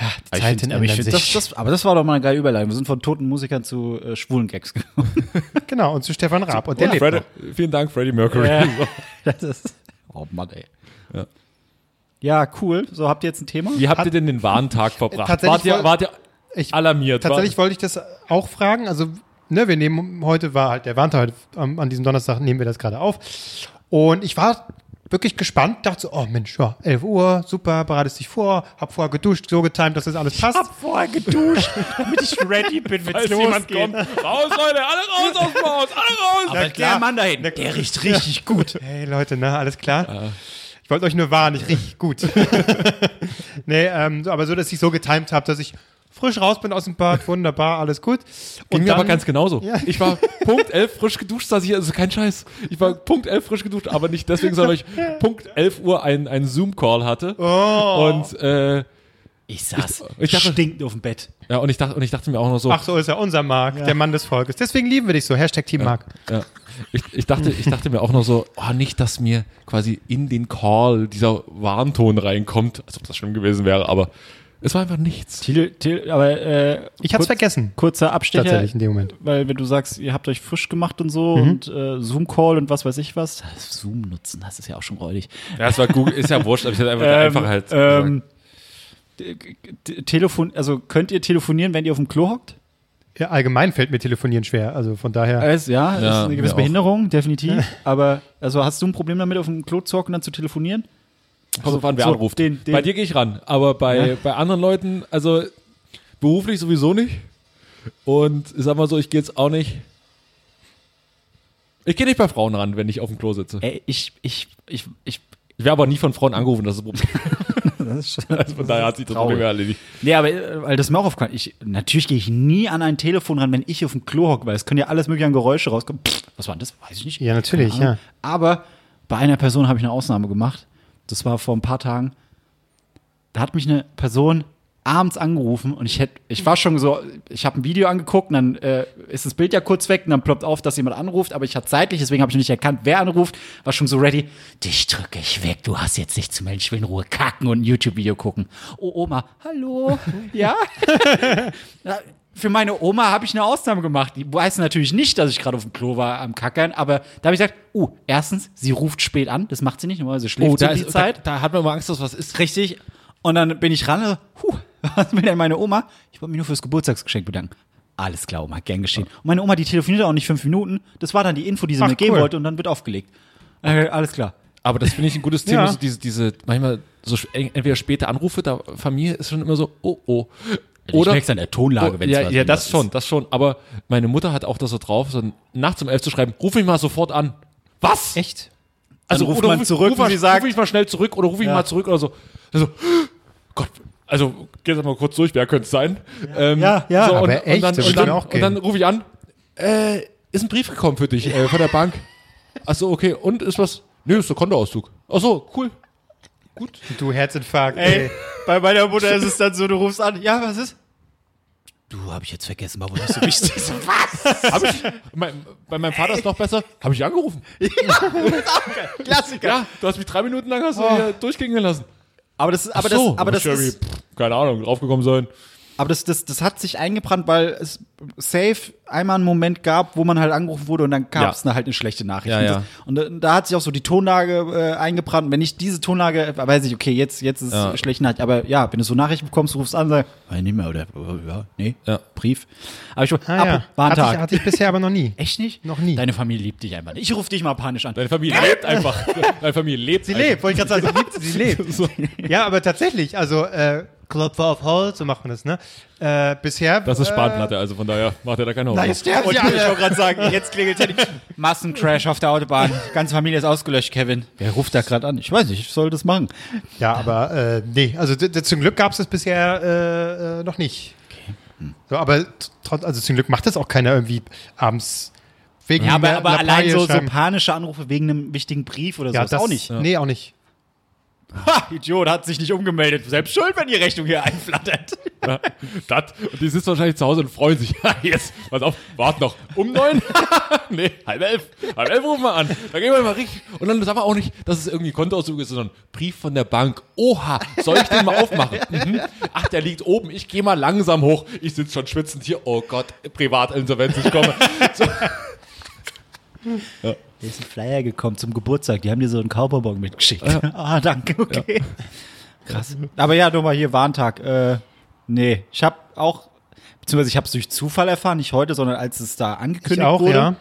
Speaker 1: Ja, die
Speaker 3: Ich
Speaker 1: Zeiten
Speaker 3: find- aber, ich
Speaker 1: ändern
Speaker 3: find,
Speaker 1: sich.
Speaker 3: das, das, aber das war doch mal eine geile Überleitung. Wir sind von toten Musikern zu äh, schwulen Gags gekommen.
Speaker 1: genau, und zu Stefan Raab. Und der lebt
Speaker 2: Freddie-
Speaker 1: noch.
Speaker 2: vielen Dank, Freddie Mercury. So.
Speaker 3: Das ist- oh Mann, ey. Ja. cool. So, habt ihr jetzt ein Thema?
Speaker 2: Wie habt ihr denn den wahren Tag verbracht?
Speaker 1: Tatsächlich
Speaker 2: Wart ihr,
Speaker 1: voll-
Speaker 2: wart ihr
Speaker 1: Ich,
Speaker 2: alarmiert?
Speaker 1: tatsächlich wollte ich das auch fragen. Also, ne, wir nehmen heute war halt, der Warnte heute, am- an diesem Donnerstag nehmen wir das gerade auf. Und ich war wirklich gespannt, dachte so, oh Mensch, ja, 11 Uhr, super, bereitest dich vor, hab vorher geduscht, so getimt, dass das alles passt.
Speaker 3: vorher geduscht, damit ich ready bin, wenn
Speaker 2: Als jemand kommt, raus, Leute, alle raus aus dem Haus, alle raus.
Speaker 3: Aber
Speaker 1: klar.
Speaker 3: der Mann da hinten, der riecht richtig gut.
Speaker 1: Hey Leute, na, alles klar? Ich wollte euch nur warnen, ich riech gut. nee, ähm, so, aber so, dass ich so getimt habe, dass ich frisch raus bin aus dem Bad, wunderbar, alles gut.
Speaker 2: Ging mir aber ganz genauso.
Speaker 1: Ja.
Speaker 2: Ich war Punkt 11 frisch geduscht, saß ich, also kein Scheiß. Ich war Punkt 11 frisch geduscht, aber nicht
Speaker 1: Oh.
Speaker 2: deswegen, sondern weil ich Punkt 11 Uhr einen, einen Zoom-Call hatte. Und äh,
Speaker 3: Ich saß
Speaker 2: Ich dachte-
Speaker 3: stinkend auf dem Bett.
Speaker 2: Ja, und ich dachte, und ich dachte mir auch noch so.
Speaker 1: Ach, so ist er, unser Marc, der Mann des Volkes. Deswegen lieben wir dich so. Hashtag Team Marc.
Speaker 2: Ja. Ich, ich, dachte, ich dachte mir auch noch so, oh, nicht, dass mir quasi in den Call dieser Warnton reinkommt, als ob das schlimm gewesen wäre, aber es war einfach nichts.
Speaker 3: Till, Till, aber äh,
Speaker 1: Ich hab's
Speaker 3: kurz-
Speaker 1: vergessen.
Speaker 3: Kurzer Abstecher.
Speaker 1: Tatsächlich in dem Moment.
Speaker 3: Weil wenn du sagst, ihr habt euch frisch gemacht und so und äh, Zoom-Call und was weiß ich was. Zoom nutzen, das ist ja auch schon räudig.
Speaker 2: Ja, es war Google, ist ja wurscht, aber ich hätte einfach, halt
Speaker 3: ähm, d- d- Telefon, also könnt ihr telefonieren, wenn ihr auf dem Klo hockt?
Speaker 1: Ja, allgemein fällt mir Telefonieren schwer. Also von daher.
Speaker 3: Äh, ist- ja,
Speaker 2: Ja,
Speaker 3: ist eine
Speaker 2: mir
Speaker 3: gewisse
Speaker 2: auch.
Speaker 3: Behinderung, definitiv. Aber also hast du ein Problem damit, auf dem Klo zu hocken und dann zu telefonieren?
Speaker 2: Kommt drauf an, wer
Speaker 3: so,
Speaker 2: anruft.
Speaker 3: den- den-
Speaker 2: bei dir gehe ich ran, aber bei,
Speaker 3: Ja.
Speaker 2: bei anderen Leuten, also beruflich sowieso nicht. Und ich sag mal so, ich gehe jetzt auch nicht. Ich gehe nicht bei Frauen ran, wenn ich auf dem Klo sitze.
Speaker 3: Ey, ich, ich, ich, ich.
Speaker 2: Ich werde aber nie von Frauen angerufen, das ist das Problem.
Speaker 3: Das ist
Speaker 2: Also von daher hat sich das Problem
Speaker 3: Traurig.
Speaker 2: erledigt.
Speaker 3: Nee, aber äh, weil das ist mir auch aufgefallen. Ich, natürlich gehe ich nie an ein Telefon ran, wenn ich auf dem Klo hocke, weil es können ja alles mögliche an Geräusche rauskommen. Pff, was war denn das? Weiß ich nicht.
Speaker 1: Ja, natürlich,
Speaker 3: Keine Ahnung.
Speaker 1: ja.
Speaker 3: Aber bei einer Person habe ich eine Ausnahme gemacht. Das war vor ein paar Tagen. Da hat mich eine Person abends angerufen und ich hätte, ich war schon so, ich habe ein Video angeguckt und dann äh, ist das Bild ja kurz weg und dann ploppt auf, dass jemand anruft, aber ich hatte zeitlich, deswegen habe ich nicht erkannt, wer anruft, war schon so ready. Dich drücke ich weg, du hast jetzt nicht zu melden, ich will in Ruhe kacken und ein YouTube-Video gucken. Oh Oma, hallo, ja? Na, Für meine Oma habe ich eine Ausnahme gemacht. Die weiß natürlich nicht, dass ich gerade auf dem Klo war am Kackern, aber da habe ich gesagt, oh, erstens, sie ruft spät an, das macht sie nicht, normalerweise schläft sie um die Zeit.
Speaker 2: Oh, Da, da hat man immer Angst, dass was ist.
Speaker 3: Richtig. Und dann bin ich ran, so, huh, was will denn meine Oma? Ich wollte mich nur fürs Geburtstagsgeschenk bedanken. Alles klar, Oma, gern geschehen. Und meine Oma, die telefonierte auch nicht fünf Minuten. Das war dann die Info, die sie
Speaker 1: Ach,
Speaker 3: mir geben
Speaker 1: cool.
Speaker 3: wollte und dann wird aufgelegt. Äh, alles klar.
Speaker 2: Aber das finde ich ein gutes Thema.
Speaker 1: Ja.
Speaker 2: So diese, diese, manchmal so sch- en- entweder späte Anrufe da Familie ist schon immer so, oh oh. Oder, Oh,
Speaker 3: merk's an der Tonlage, wenn's
Speaker 2: ja,
Speaker 3: was
Speaker 2: ja, das
Speaker 3: anderes
Speaker 2: schon, das schon. Aber meine Mutter hat auch das so drauf, so nachts um elf zu schreiben, ruf mich mal sofort an. Was?
Speaker 1: Echt?
Speaker 2: Also
Speaker 3: ruft
Speaker 2: oder
Speaker 3: man
Speaker 2: ruf ich-
Speaker 3: zurück
Speaker 2: ruf
Speaker 3: und
Speaker 2: mal-
Speaker 3: sie sagt-
Speaker 2: ruf ich mal schnell zurück oder ruf ich mal zurück oder so. Also, Gott, also geh jetzt mal kurz durch, wer könnte es sein? Ähm,
Speaker 3: Ja, ja.
Speaker 2: So,
Speaker 1: Aber
Speaker 2: und,
Speaker 1: echt,
Speaker 2: und dann,
Speaker 1: das
Speaker 2: und
Speaker 1: würde
Speaker 2: dann,
Speaker 1: auch
Speaker 2: und
Speaker 1: gehen.
Speaker 2: dann rufe ich an, äh, ist ein Brief gekommen für dich äh, von der Bank. Achso, okay, und ist was? Nö, ist der Kontoauszug. Achso, cool.
Speaker 1: Du Herzinfarkt. Ey.
Speaker 3: bei meiner Mutter ist es dann so, du rufst an, ja, was ist? Du, habe ich jetzt vergessen, warum das so wichtig ist. Was?
Speaker 2: Hab ich, mein, bei meinem Vater ist noch besser, habe ich angerufen.
Speaker 3: Klassiker.
Speaker 2: Ja, du hast mich drei Minuten lang hast du
Speaker 3: Oh.
Speaker 2: hier durchgehen gelassen.
Speaker 3: Aber das ist, aber
Speaker 2: Ach so, oh,
Speaker 3: das, aber das
Speaker 2: muss ich
Speaker 3: ist,
Speaker 2: irgendwie, pff, keine Ahnung, draufgekommen sein.
Speaker 3: Aber das, das, das hat sich eingebrannt, weil es safe einmal einen Moment gab, wo man halt angerufen wurde und dann gab es
Speaker 2: Ja.
Speaker 3: eine, halt eine schlechte Nachricht.
Speaker 2: Ja,
Speaker 3: und,
Speaker 2: ja.
Speaker 3: das, und da- da hat sich auch so die Tonlage äh, eingebrannt. Und wenn ich diese Tonlage, äh, weiß ich, okay, jetzt, jetzt ist
Speaker 2: Ja.
Speaker 3: es schlecht Nachricht. Aber ja, wenn du so Nachrichten bekommst, rufst an, sagst, hey, nicht mehr, oder? äh, Ja, nee,
Speaker 2: Ja.
Speaker 3: Brief. Aber ich
Speaker 1: Ah,
Speaker 3: ab,
Speaker 1: ja.
Speaker 3: war ein
Speaker 1: hatte, ich,
Speaker 3: Tag.
Speaker 1: hatte ich bisher aber noch nie.
Speaker 3: Echt nicht?
Speaker 1: Noch nie.
Speaker 3: Deine Familie liebt dich einfach nicht. Ich rufe dich mal panisch an.
Speaker 2: Deine Familie lebt einfach. Deine Familie lebt
Speaker 1: Sie lebt, wollte ich gerade sagen, sie lebt, sie lebt. Ja, aber tatsächlich, also äh, Klopfer auf Holz, so macht man das, ne? Äh, bisher.
Speaker 2: Das ist
Speaker 1: äh,
Speaker 2: Spanplatte, also von daher macht er da keine Hoffnung.
Speaker 1: Nein, sterben
Speaker 3: Und
Speaker 1: sie
Speaker 3: ich wollte
Speaker 1: alle.
Speaker 3: auch gerade sagen, jetzt klingelt ja die Massencrash auf der Autobahn. Die ganze Familie ist ausgelöscht, Kevin. Wer ruft da gerade an? Ich weiß nicht, ich soll das machen.
Speaker 1: Ja, aber äh, nee, also d- d- zum Glück gab es das bisher äh, äh, noch nicht.
Speaker 3: hm.
Speaker 1: So, aber trotz, also zum Glück macht das auch keiner irgendwie abends wegen
Speaker 3: Hm. Ja, aber,
Speaker 1: einer
Speaker 3: aber
Speaker 1: Lappalie
Speaker 3: allein so, so
Speaker 1: schreiben.
Speaker 3: panische Anrufe wegen einem wichtigen Brief oder so
Speaker 1: ja,
Speaker 3: ist
Speaker 1: das
Speaker 3: auch nicht. ne?
Speaker 1: Nee, auch nicht.
Speaker 3: Ha, Idiot, hat sich nicht umgemeldet. Selbst schuld, wenn die Rechnung hier einflattert.
Speaker 2: Ja, das, und die sitzt wahrscheinlich zu Hause und freuen sich. Jetzt, pass auf, wart noch. Um neun? nee, halb elf. Halb elf rufen wir an. Da gehen wir mal richtig. Und dann sagen wir auch nicht, dass es irgendwie Kontoauszug ist, sondern Brief von der Bank. Oha, soll ich den mal aufmachen? Mhm. Ach, der liegt oben. Ich gehe mal langsam hoch. Ich sitze schon schwitzend hier. Oh Gott, Privatinsolvenz, ich komme. So,
Speaker 3: Hier ist ein Flyer gekommen zum Geburtstag. Die haben dir so einen Kaubonbon mitgeschickt. Ah, danke, okay. Krass. Aber ja, nochmal hier, Warntag. Äh, nee, ich habe auch, beziehungsweise ich habe es durch Zufall erfahren, nicht heute, sondern als es da
Speaker 1: Ich
Speaker 3: angekündigt
Speaker 1: auch,
Speaker 3: wurde.
Speaker 1: ja.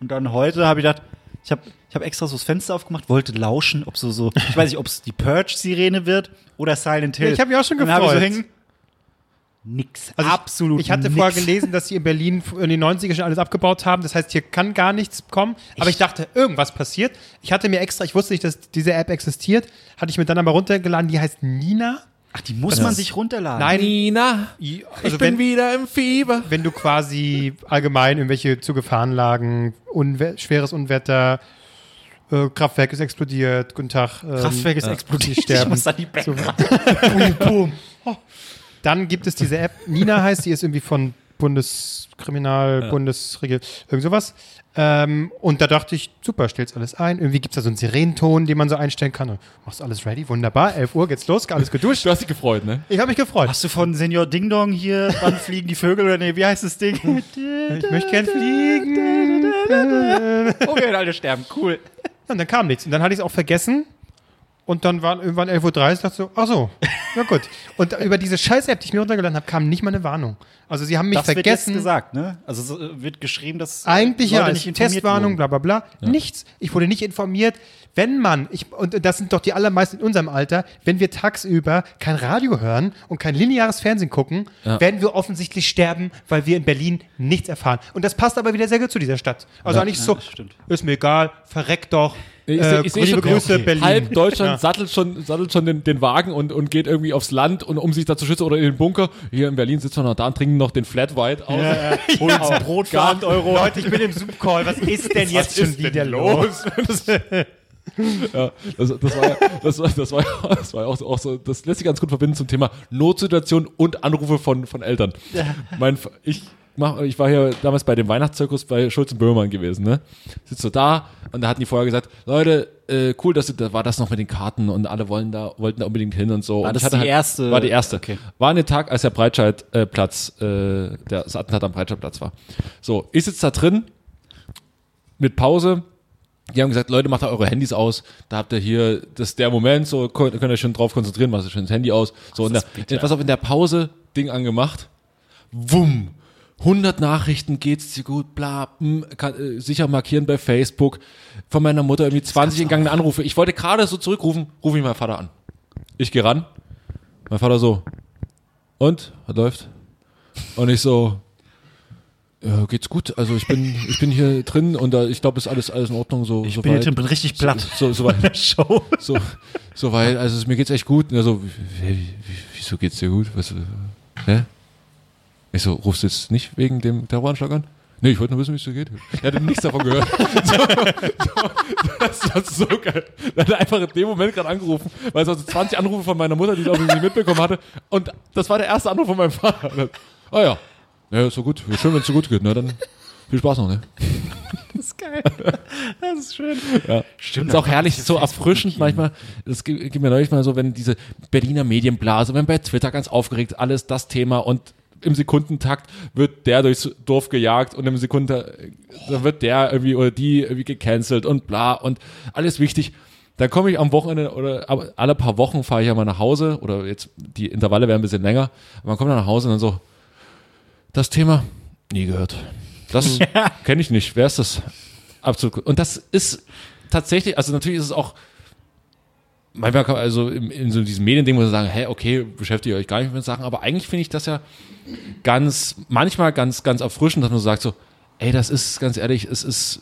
Speaker 3: Und dann heute habe ich gedacht, ich habe ich hab extra so das Fenster aufgemacht, wollte lauschen, ob so, so ich weiß nicht, ob es die Purge-Sirene wird oder Silent Hill.
Speaker 1: Ja, ich hab mich auch schon
Speaker 3: Und dann hab ich
Speaker 1: gefreut.
Speaker 3: So hängen, nix,
Speaker 1: Also ich-
Speaker 3: absolut
Speaker 1: Ich hatte
Speaker 3: nix.
Speaker 1: vorher gelesen, dass sie in Berlin in den 90er schon alles abgebaut haben. Das heißt, hier kann gar nichts kommen. Aber ich dachte, irgendwas passiert. Ich hatte mir extra, ich wusste nicht, dass diese App existiert, hatte ich mir dann aber runtergeladen. Die heißt Nina.
Speaker 3: Ach, die muss man sich runterladen.
Speaker 2: Nina,
Speaker 1: I-
Speaker 2: ich
Speaker 1: also
Speaker 2: bin
Speaker 1: wenn-
Speaker 2: wieder im Fieber.
Speaker 1: Wenn du quasi allgemein irgendwelche zu Gefahrenlagen, Unwe schweres Unwetter, äh, Kraftwerk ist explodiert, guten Tag. ähm,
Speaker 3: Kraftwerk ist
Speaker 1: die
Speaker 3: explodiert.
Speaker 1: Sterben.
Speaker 3: muss an die Back-
Speaker 1: So. boom, boom. Oh. Dann gibt es diese App, Nina heißt, die ist irgendwie von Bundeskriminal, Bundesregierung, irgend sowas. Ähm, und da dachte ich, super, stellst alles ein. Irgendwie gibt es da so einen Sirenton, den man so einstellen kann. Und machst alles ready, wunderbar, 11 Uhr geht's los, alles geduscht.
Speaker 2: Du hast dich gefreut, ne?
Speaker 1: Ich habe mich gefreut.
Speaker 3: Hast du von Senior Ding Dong hier, wann fliegen die Vögel oder nee, wie heißt das Ding? Oh,
Speaker 1: Ich möchte gern fliegen.
Speaker 3: okay, alle sterben, cool.
Speaker 1: Ja, und dann kam nichts. Und dann hatte ich es auch vergessen. Und dann waren irgendwann 11.30 Uhr, dachte so, ach so, na gut. Und über diese Scheiß-App, die ich mir runtergeladen habe, kam nicht mal eine Warnung. Also sie haben mich
Speaker 3: Das wird jetzt
Speaker 1: vergessen.
Speaker 3: gesagt, ne? Also es äh, wird geschrieben, dass
Speaker 1: Eigentlich
Speaker 3: Leute
Speaker 1: ja,
Speaker 3: nicht
Speaker 1: als
Speaker 3: informiert
Speaker 1: Testwarnung,
Speaker 3: wurden.
Speaker 1: bla bla bla. Nichts. Ich wurde nicht informiert. Wenn man, ich, und das sind doch die allermeisten in unserem Alter, wenn wir tagsüber kein Radio hören und kein lineares Fernsehen gucken, werden wir offensichtlich sterben, weil wir in Berlin nichts erfahren. Und das passt aber wieder sehr gut zu dieser Stadt. Also eigentlich so,
Speaker 3: stimmt.
Speaker 1: ist mir egal, verreck doch.
Speaker 2: Ich
Speaker 1: äh,
Speaker 2: seh- ich seh
Speaker 1: liebe
Speaker 2: schon,
Speaker 1: Grüße,
Speaker 2: okay.
Speaker 1: Berlin.
Speaker 2: Halb Deutschland sattelt schon, sattelt schon den, den Wagen und, und geht irgendwie aufs Land und um sich da zu schützen oder in den Bunker. Hier in Berlin sitzen wir noch da und trinken noch den Flat White aus.
Speaker 3: Holen Sie ein Brot für 8 Euro.
Speaker 1: Leute, ich bin im Zoom-Call. Was ist denn jetzt schon wieder los?
Speaker 2: Ja, das, das war ja, das war, das war, ja- das war ja auch, so- auch so, das lässt sich ganz gut verbinden zum Thema Notsituation und Anrufe von, von Eltern. Mein, F- ich, mach, ich war hier damals bei dem Weihnachtszirkus bei Schulz und Böhmermann gewesen, ne? Sitzt so da und da hatten die vorher gesagt, Leute, äh, cool, dass ihr, da war das noch mit den Karten und alle wollen da, wollten da unbedingt hin und so.
Speaker 3: War
Speaker 2: und
Speaker 3: das
Speaker 2: ich hatte halt
Speaker 3: die erste?
Speaker 2: War die erste.
Speaker 3: Okay.
Speaker 2: War an dem Tag, als der Breitscheidplatz, äh, Platz, äh, der- das Attentat am Breitscheidplatz war. So, ich sitze da drin mit Pause. Die haben gesagt, Leute, macht da eure Handys aus. Da habt ihr hier, das ist der Moment, so könnt, könnt ihr schön drauf konzentrieren, macht ihr schön das Handy aus. So, in der, pass auf, in der Pause, Ding angemacht. Wumm. 100 Nachrichten, geht's dir gut, bla, hm, kann, äh, sicher markieren bei Facebook. Von meiner Mutter irgendwie 20 entgangene Anrufe. Ich wollte gerade so zurückrufen, rufe ich meinen Vater an. Ich gehe ran. Mein Vater so, und? Was läuft? Und ich so, ja, geht's gut. Also ich bin, ich bin hier drin und da, ich glaube, ist alles, alles in Ordnung. So,
Speaker 3: Ich
Speaker 2: so
Speaker 3: bin hier
Speaker 2: weit.
Speaker 3: drin, bin richtig platt.
Speaker 2: Also So, so weit.
Speaker 3: Show.
Speaker 2: So, so weit. Also es, mir geht's echt gut. Und er so, "Hä, wie, wie, wieso geht's dir gut? Was, äh, hä? Ich so, rufst du jetzt nicht wegen dem Terroranschlag an? Nee, ich wollte nur wissen, wie es dir geht. Er hat nichts davon gehört. So, so, das war so geil. Er hat einfach in dem Moment gerade angerufen, weil es also 20 Anrufe von meiner Mutter, die ich auch nicht mitbekommen hatte. Und das war der erste Anruf von meinem Vater. Und er, Ah ja. Ja, ist so gut. Schön, wenn es so gut geht, ne? Dann viel Spaß noch, ne?
Speaker 3: Das ist schön.
Speaker 2: Stimmt. Ist auch herrlich, so erfrischend manchmal. Das gi- gibt mir neulich mal so, wenn diese Berliner Medienblase, wenn bei Twitter ganz aufgeregt, alles das Thema und im Sekundentakt wird der durchs Dorf gejagt und im Sekunden dann wird der irgendwie oder die irgendwie gecancelt und bla und alles wichtig. Da komme ich am Wochenende oder ab- alle paar Wochen fahre ich ja mal nach Hause oder jetzt die Intervalle werden ein bisschen länger. Aber man kommt dann nach Hause und dann so, das Thema nie gehört. Das kenne ich nicht. Wer ist das? Absolut. gut. Und das ist tatsächlich, also natürlich ist es auch, manchmal kann, also in, in so diesem Mediending muss man sagen, hä, okay, beschäftigt ihr euch gar nicht mit Sachen, aber eigentlich finde ich das ja ganz, manchmal ganz, ganz erfrischend, dass man so sagt so, ey, das ist, ganz ehrlich, es ist,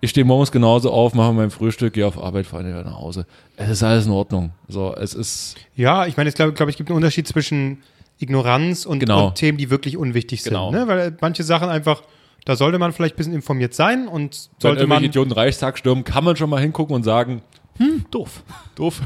Speaker 2: ich stehe morgens genauso auf, mache mein Frühstück, gehe auf Arbeit, fahre wieder nach Hause. Es ist alles in Ordnung. So, es ist,
Speaker 1: Ja, ich meine, ich glaube, glaub, ich gibt einen Unterschied zwischen Ignoranz und,
Speaker 2: Genau.
Speaker 1: und Themen, die wirklich unwichtig
Speaker 2: Genau.
Speaker 1: sind. Ne? Weil äh, manche Sachen einfach, da sollte man vielleicht ein bisschen informiert sein und
Speaker 2: wenn
Speaker 1: sollte man.
Speaker 2: irgendwelche Idioten Reichstag stürmen, kann man schon mal hingucken und sagen, hm,
Speaker 3: Doof.
Speaker 2: doof.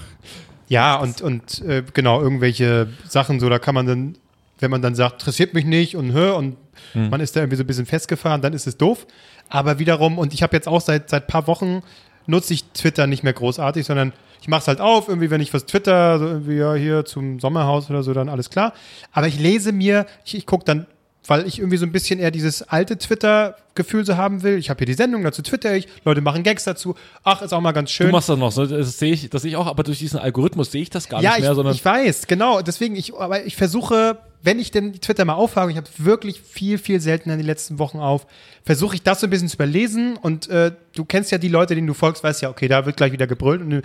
Speaker 1: Ja, und, und äh, genau, irgendwelche Sachen so, da kann man dann, wenn man dann sagt, interessiert mich nicht und hö, und
Speaker 2: Hm.
Speaker 1: man ist da irgendwie so ein bisschen festgefahren, dann ist es doof. Aber wiederum, und ich habe jetzt auch seit seit paar Wochen, nutze ich Twitter nicht mehr großartig, sondern ich mache es halt auf, irgendwie, wenn ich was Twitter, so irgendwie ja, hier zum Sommerhaus oder so, dann alles klar. Aber ich lese mir, ich, ich gucke dann weil ich irgendwie so ein bisschen eher dieses alte Twitter-Gefühl so haben will. Ich habe hier die Sendung, dazu twitter ich, Leute machen Gags dazu. Ach, ist auch mal ganz schön.
Speaker 2: Du machst das noch, so, das sehe ich, das sehe ich auch, aber durch diesen Algorithmus sehe ich das gar
Speaker 1: Ja,
Speaker 2: nicht mehr,
Speaker 1: ich,
Speaker 2: sondern
Speaker 1: ich weiß, genau. Deswegen, ich, aber ich versuche, wenn ich denn Twitter mal aufhabe, ich habe wirklich viel, viel seltener in den letzten Wochen auf, versuche ich das so ein bisschen zu überlesen und äh, du kennst ja die Leute, denen du folgst, weißt ja, okay, da wird gleich wieder gebrüllt und,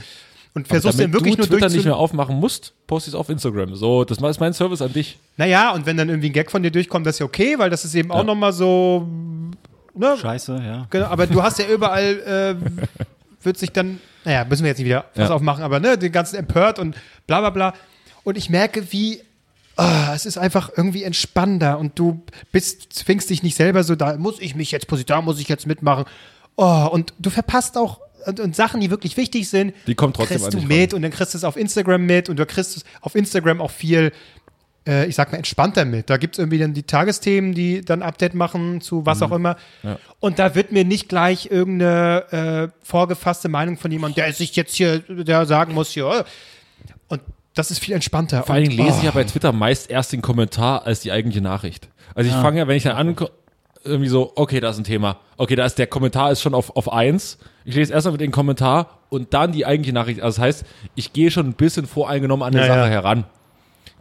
Speaker 1: und versuchst dann
Speaker 2: damit
Speaker 1: wirklich
Speaker 2: du
Speaker 1: nur
Speaker 2: Twitter
Speaker 1: durch
Speaker 2: nicht mehr aufmachen musst, post es auf Instagram. So, das ist mein Service an dich.
Speaker 1: Naja, und wenn dann irgendwie ein Gag von dir durchkommt, das ist ja okay, weil das ist eben auch nochmal so, ne,
Speaker 3: Scheiße, ja.
Speaker 1: Genau, aber du hast ja überall, äh, wird sich dann, naja, müssen wir jetzt nicht wieder was
Speaker 2: Ja.
Speaker 1: aufmachen, aber ne, den ganzen empört und bla bla bla. Und ich merke, wie, ah, es ist einfach irgendwie entspannender und du bist, zwingst dich nicht selber so, da muss ich mich jetzt positionieren, da muss ich jetzt mitmachen. Oh, und du verpasst auch und, und Sachen, die wirklich wichtig sind,
Speaker 2: Die kommen trotzdem
Speaker 1: kriegst
Speaker 2: an
Speaker 1: du
Speaker 2: dich
Speaker 1: mit und dann kriegst du es auf Instagram mit und du kriegst es auf Instagram auch viel, äh, ich sag mal, entspannter mit. Da gibt es irgendwie dann die Tagesthemen, die dann Update machen zu
Speaker 2: Mhm.
Speaker 1: was auch immer. Und da wird mir nicht gleich irgendeine äh, vorgefasste Meinung von jemandem, der sich jetzt hier, der sagen muss, hier, oh. und das ist viel entspannter.
Speaker 2: Vor allen
Speaker 1: und,
Speaker 2: Dingen lese
Speaker 1: oh.
Speaker 2: ich ja bei Twitter meist erst den Kommentar als die eigentliche Nachricht. Also ich fange ja, wenn ich dann an, irgendwie so, okay, da ist ein Thema. Okay, da ist der Kommentar ist schon auf, auf eins. Ich lese erstmal mit dem Kommentar und dann die eigentliche Nachricht. Also das heißt, ich gehe schon ein bisschen voreingenommen an die
Speaker 1: Ja,
Speaker 2: Sache
Speaker 1: ja.
Speaker 2: heran.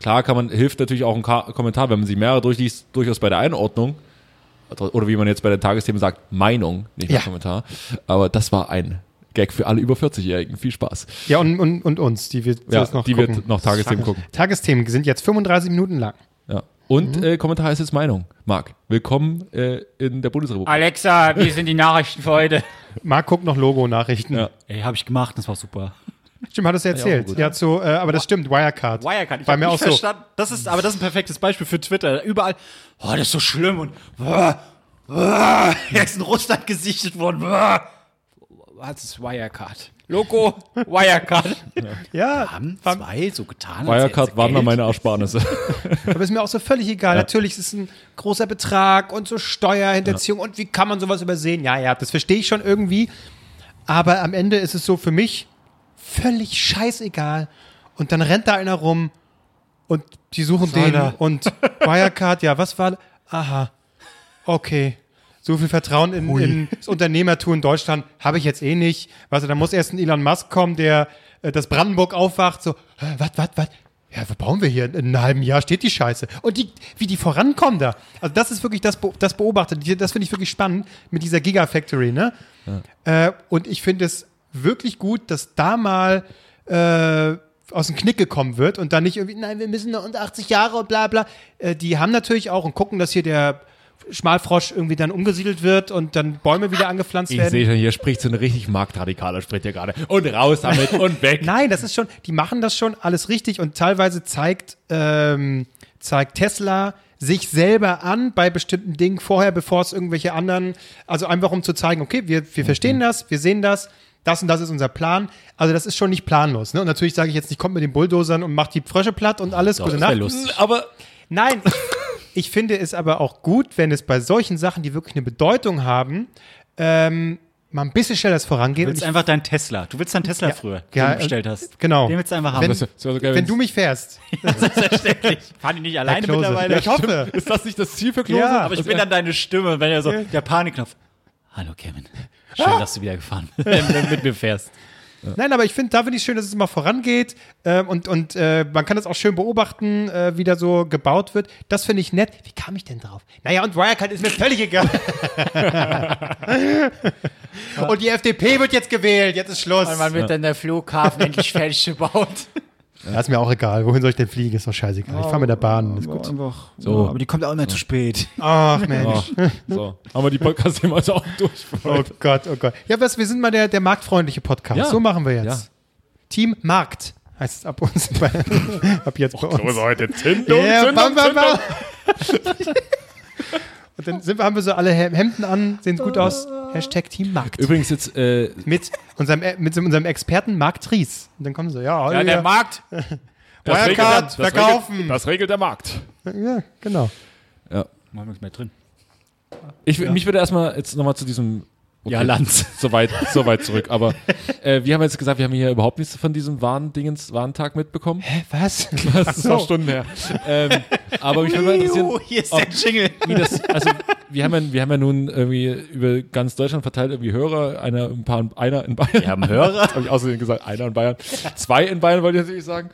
Speaker 2: Klar kann man, hilft natürlich auch ein Ka Kommentar, wenn man sich mehrere durchliest, durchaus bei der Einordnung. Oder wie man jetzt bei den Tagesthemen sagt, Meinung, nicht mehr
Speaker 1: Ja.
Speaker 2: Kommentar. Aber das war ein Gag für alle über 40-Jährigen. Viel Spaß.
Speaker 1: Ja, und, und, und uns, die wir
Speaker 2: Ja,
Speaker 1: zuerst noch
Speaker 2: die
Speaker 1: gucken.
Speaker 2: wird noch Tagesthemen gucken.
Speaker 1: Tagesthemen sind jetzt 35 Minuten lang.
Speaker 2: Ja. Und
Speaker 1: Mhm.
Speaker 2: äh, Kommentar ist jetzt Meinung. Marc, willkommen äh, in der Bundesrepublik.
Speaker 3: Alexa, wie sind die Nachrichten für heute?
Speaker 1: Marc guckt noch Logo-Nachrichten.
Speaker 2: Ja.
Speaker 3: Ey, hab ich gemacht, das war super.
Speaker 1: Stimmt, hat es ja
Speaker 2: auch
Speaker 1: erzählt.
Speaker 2: gut.
Speaker 1: Ja, zu, äh, aber das stimmt, Wirecard.
Speaker 3: Wirecard, ich
Speaker 1: War
Speaker 3: hab
Speaker 1: mir
Speaker 3: nicht
Speaker 1: auch so.
Speaker 3: verstanden. Das ist, aber das ist ein perfektes Beispiel für Twitter. Überall, oh, das ist so schlimm und oh, oh, er ist in Russland gesichtet worden. Oh. Was ist Wirecard? Loco, Wirecard.
Speaker 1: Ja,
Speaker 3: Haben zwei so getan. als hätten
Speaker 2: Wirecard
Speaker 3: sie
Speaker 2: waren mal
Speaker 3: Geld.
Speaker 2: meine Ersparnisse.
Speaker 1: aber ist mir auch so völlig egal. Natürlich ist es ein großer Betrag und so Steuerhinterziehung und wie kann man sowas übersehen? Ja, ja, das verstehe ich schon irgendwie. Aber am Ende ist es so für mich völlig scheißegal. Und dann rennt da einer rum und die suchen den
Speaker 3: einer.
Speaker 1: und Wirecard, ja, was war? Aha, okay. So viel Vertrauen in, in das Unternehmertum in Deutschland habe ich jetzt eh nicht. Weißt du, da muss erst ein Elon Musk kommen, der äh, das Brandenburg aufwacht, so, äh, was, was, was? Ja, was bauen wir hier? In einem halben Jahr steht die Scheiße. Und die, wie die vorankommen da. Also das ist wirklich das, Be- das beobachtet. Die- Das finde ich wirklich spannend mit dieser Gigafactory, ne? Äh, und ich finde es wirklich gut, dass da mal äh, aus dem Knick gekommen wird und dann nicht irgendwie, nein, wir müssen noch unter 80 Jahre und bla bla. Äh, die haben natürlich auch und gucken, dass hier der Schmalfrosch irgendwie dann umgesiedelt wird und dann Bäume wieder angepflanzt
Speaker 2: ich
Speaker 1: werden.
Speaker 2: sehe schon, hier spricht so ein richtig marktradikaler, spricht ja gerade. Und raus damit und weg.
Speaker 1: Nein, das ist schon, die machen das schon alles richtig und teilweise zeigt, ähm, zeigt Tesla sich selber an bei bestimmten Dingen vorher, bevor es irgendwelche anderen, also einfach um zu zeigen, okay, wir, wir
Speaker 3: Mhm.
Speaker 1: verstehen das, wir sehen das, das und das ist unser Plan. Also das ist schon nicht planlos. Ne? Und natürlich sage ich jetzt nicht, kommt mit den Bulldozern und macht die Frösche platt und alles, gute
Speaker 3: das wär
Speaker 1: Nacht.
Speaker 3: lustig.
Speaker 2: Aber
Speaker 1: Nein, ich finde es aber auch gut, wenn es bei solchen Sachen, die wirklich eine Bedeutung haben, ähm, mal ein bisschen schneller das vorangeht.
Speaker 3: Du willst
Speaker 1: Und
Speaker 3: einfach deinen Tesla. Du willst deinen Tesla früher, den
Speaker 1: ja,
Speaker 3: du bestellt hast.
Speaker 1: genau.
Speaker 3: Den willst du einfach
Speaker 1: Wenn-
Speaker 3: haben.
Speaker 2: das wär- das wär so geil,
Speaker 1: ich, wenn
Speaker 2: wenn's-
Speaker 1: du mich fährst,
Speaker 3: Selbstverständlich. Fahren die nicht alleine
Speaker 1: Klose.
Speaker 3: mittlerweile.
Speaker 1: Ja, ich hoffe.
Speaker 2: ist das nicht das Ziel für Klose?
Speaker 1: Ja.
Speaker 3: Aber ich bin dann deine Stimme, und wenn er so, der Panikknopf. Ah! Hallo Kevin. Schön, dass du wieder gefahren bist, wenn du mit mir fährst.
Speaker 1: Nein, aber ich finde, da finde ich schön, dass es immer vorangeht ähm, und, und äh, man kann das auch schön beobachten, äh, wie da so gebaut wird. Das finde ich nett. Wie kam ich denn drauf? Naja, und Wirecard ist mir völlig egal. und die FDP wird jetzt gewählt, jetzt ist Schluss.
Speaker 3: wird dann der Flughafen endlich fertig gebaut.
Speaker 1: Ja, ist mir auch egal. Wohin soll ich denn fliegen? Ist doch scheißegal. Ich fahre
Speaker 2: Oh
Speaker 1: mit der Bahn. Ist gut.
Speaker 2: So.
Speaker 3: die kommt auch nicht zu spät.
Speaker 1: Ach Mensch.
Speaker 2: so. Haben wir die Podcast-Themen also auch durch.
Speaker 1: Oh Gott, oh Gott. Ja, was, wir sind mal der, der marktfreundliche Podcast.
Speaker 2: Ja.
Speaker 1: So machen wir jetzt.
Speaker 2: Ja.
Speaker 1: Team Markt heißt es ab uns. Bei, ab jetzt bei uns.
Speaker 2: heute Zündung,
Speaker 1: Ja, bam, bam, bam. Und dann sind wir, haben wir so alle Hem- Hemden an, sehen gut aus. Hashtag Team Markt.
Speaker 2: Übrigens jetzt, äh,
Speaker 1: Mit unserem, mit so unserem Experten Marc Tries. Und dann kommen so, ja, ja,
Speaker 3: Markt.
Speaker 2: das regelt der-
Speaker 1: Wirecard,
Speaker 2: das regelt-
Speaker 1: verkaufen.
Speaker 2: Das regelt der Markt.
Speaker 1: ja, genau.
Speaker 3: Machen wir uns mehr drin.
Speaker 2: Ich, Mich würde erstmal jetzt nochmal zu diesem. Okay,
Speaker 3: Ja, Lanz.
Speaker 2: So weit, so weit zurück. Aber äh, wir haben jetzt gesagt, wir haben hier überhaupt nichts von diesem Warndingens, Warntag mitbekommen.
Speaker 1: Hä, was?
Speaker 2: Das ist noch Stunden her. ähm, aber mich würde mal interessieren,
Speaker 3: Juhu, hier ist der Jingle.
Speaker 2: wie das, also wir haben, ja, wir haben ja nun irgendwie über ganz Deutschland verteilt irgendwie Hörer, einer, ein paar, in- einer in Bayern.
Speaker 3: Wir haben Hörer.
Speaker 2: Habe ich außerdem gesagt, einer in Bayern. Zwei in Bayern wollte ich natürlich sagen.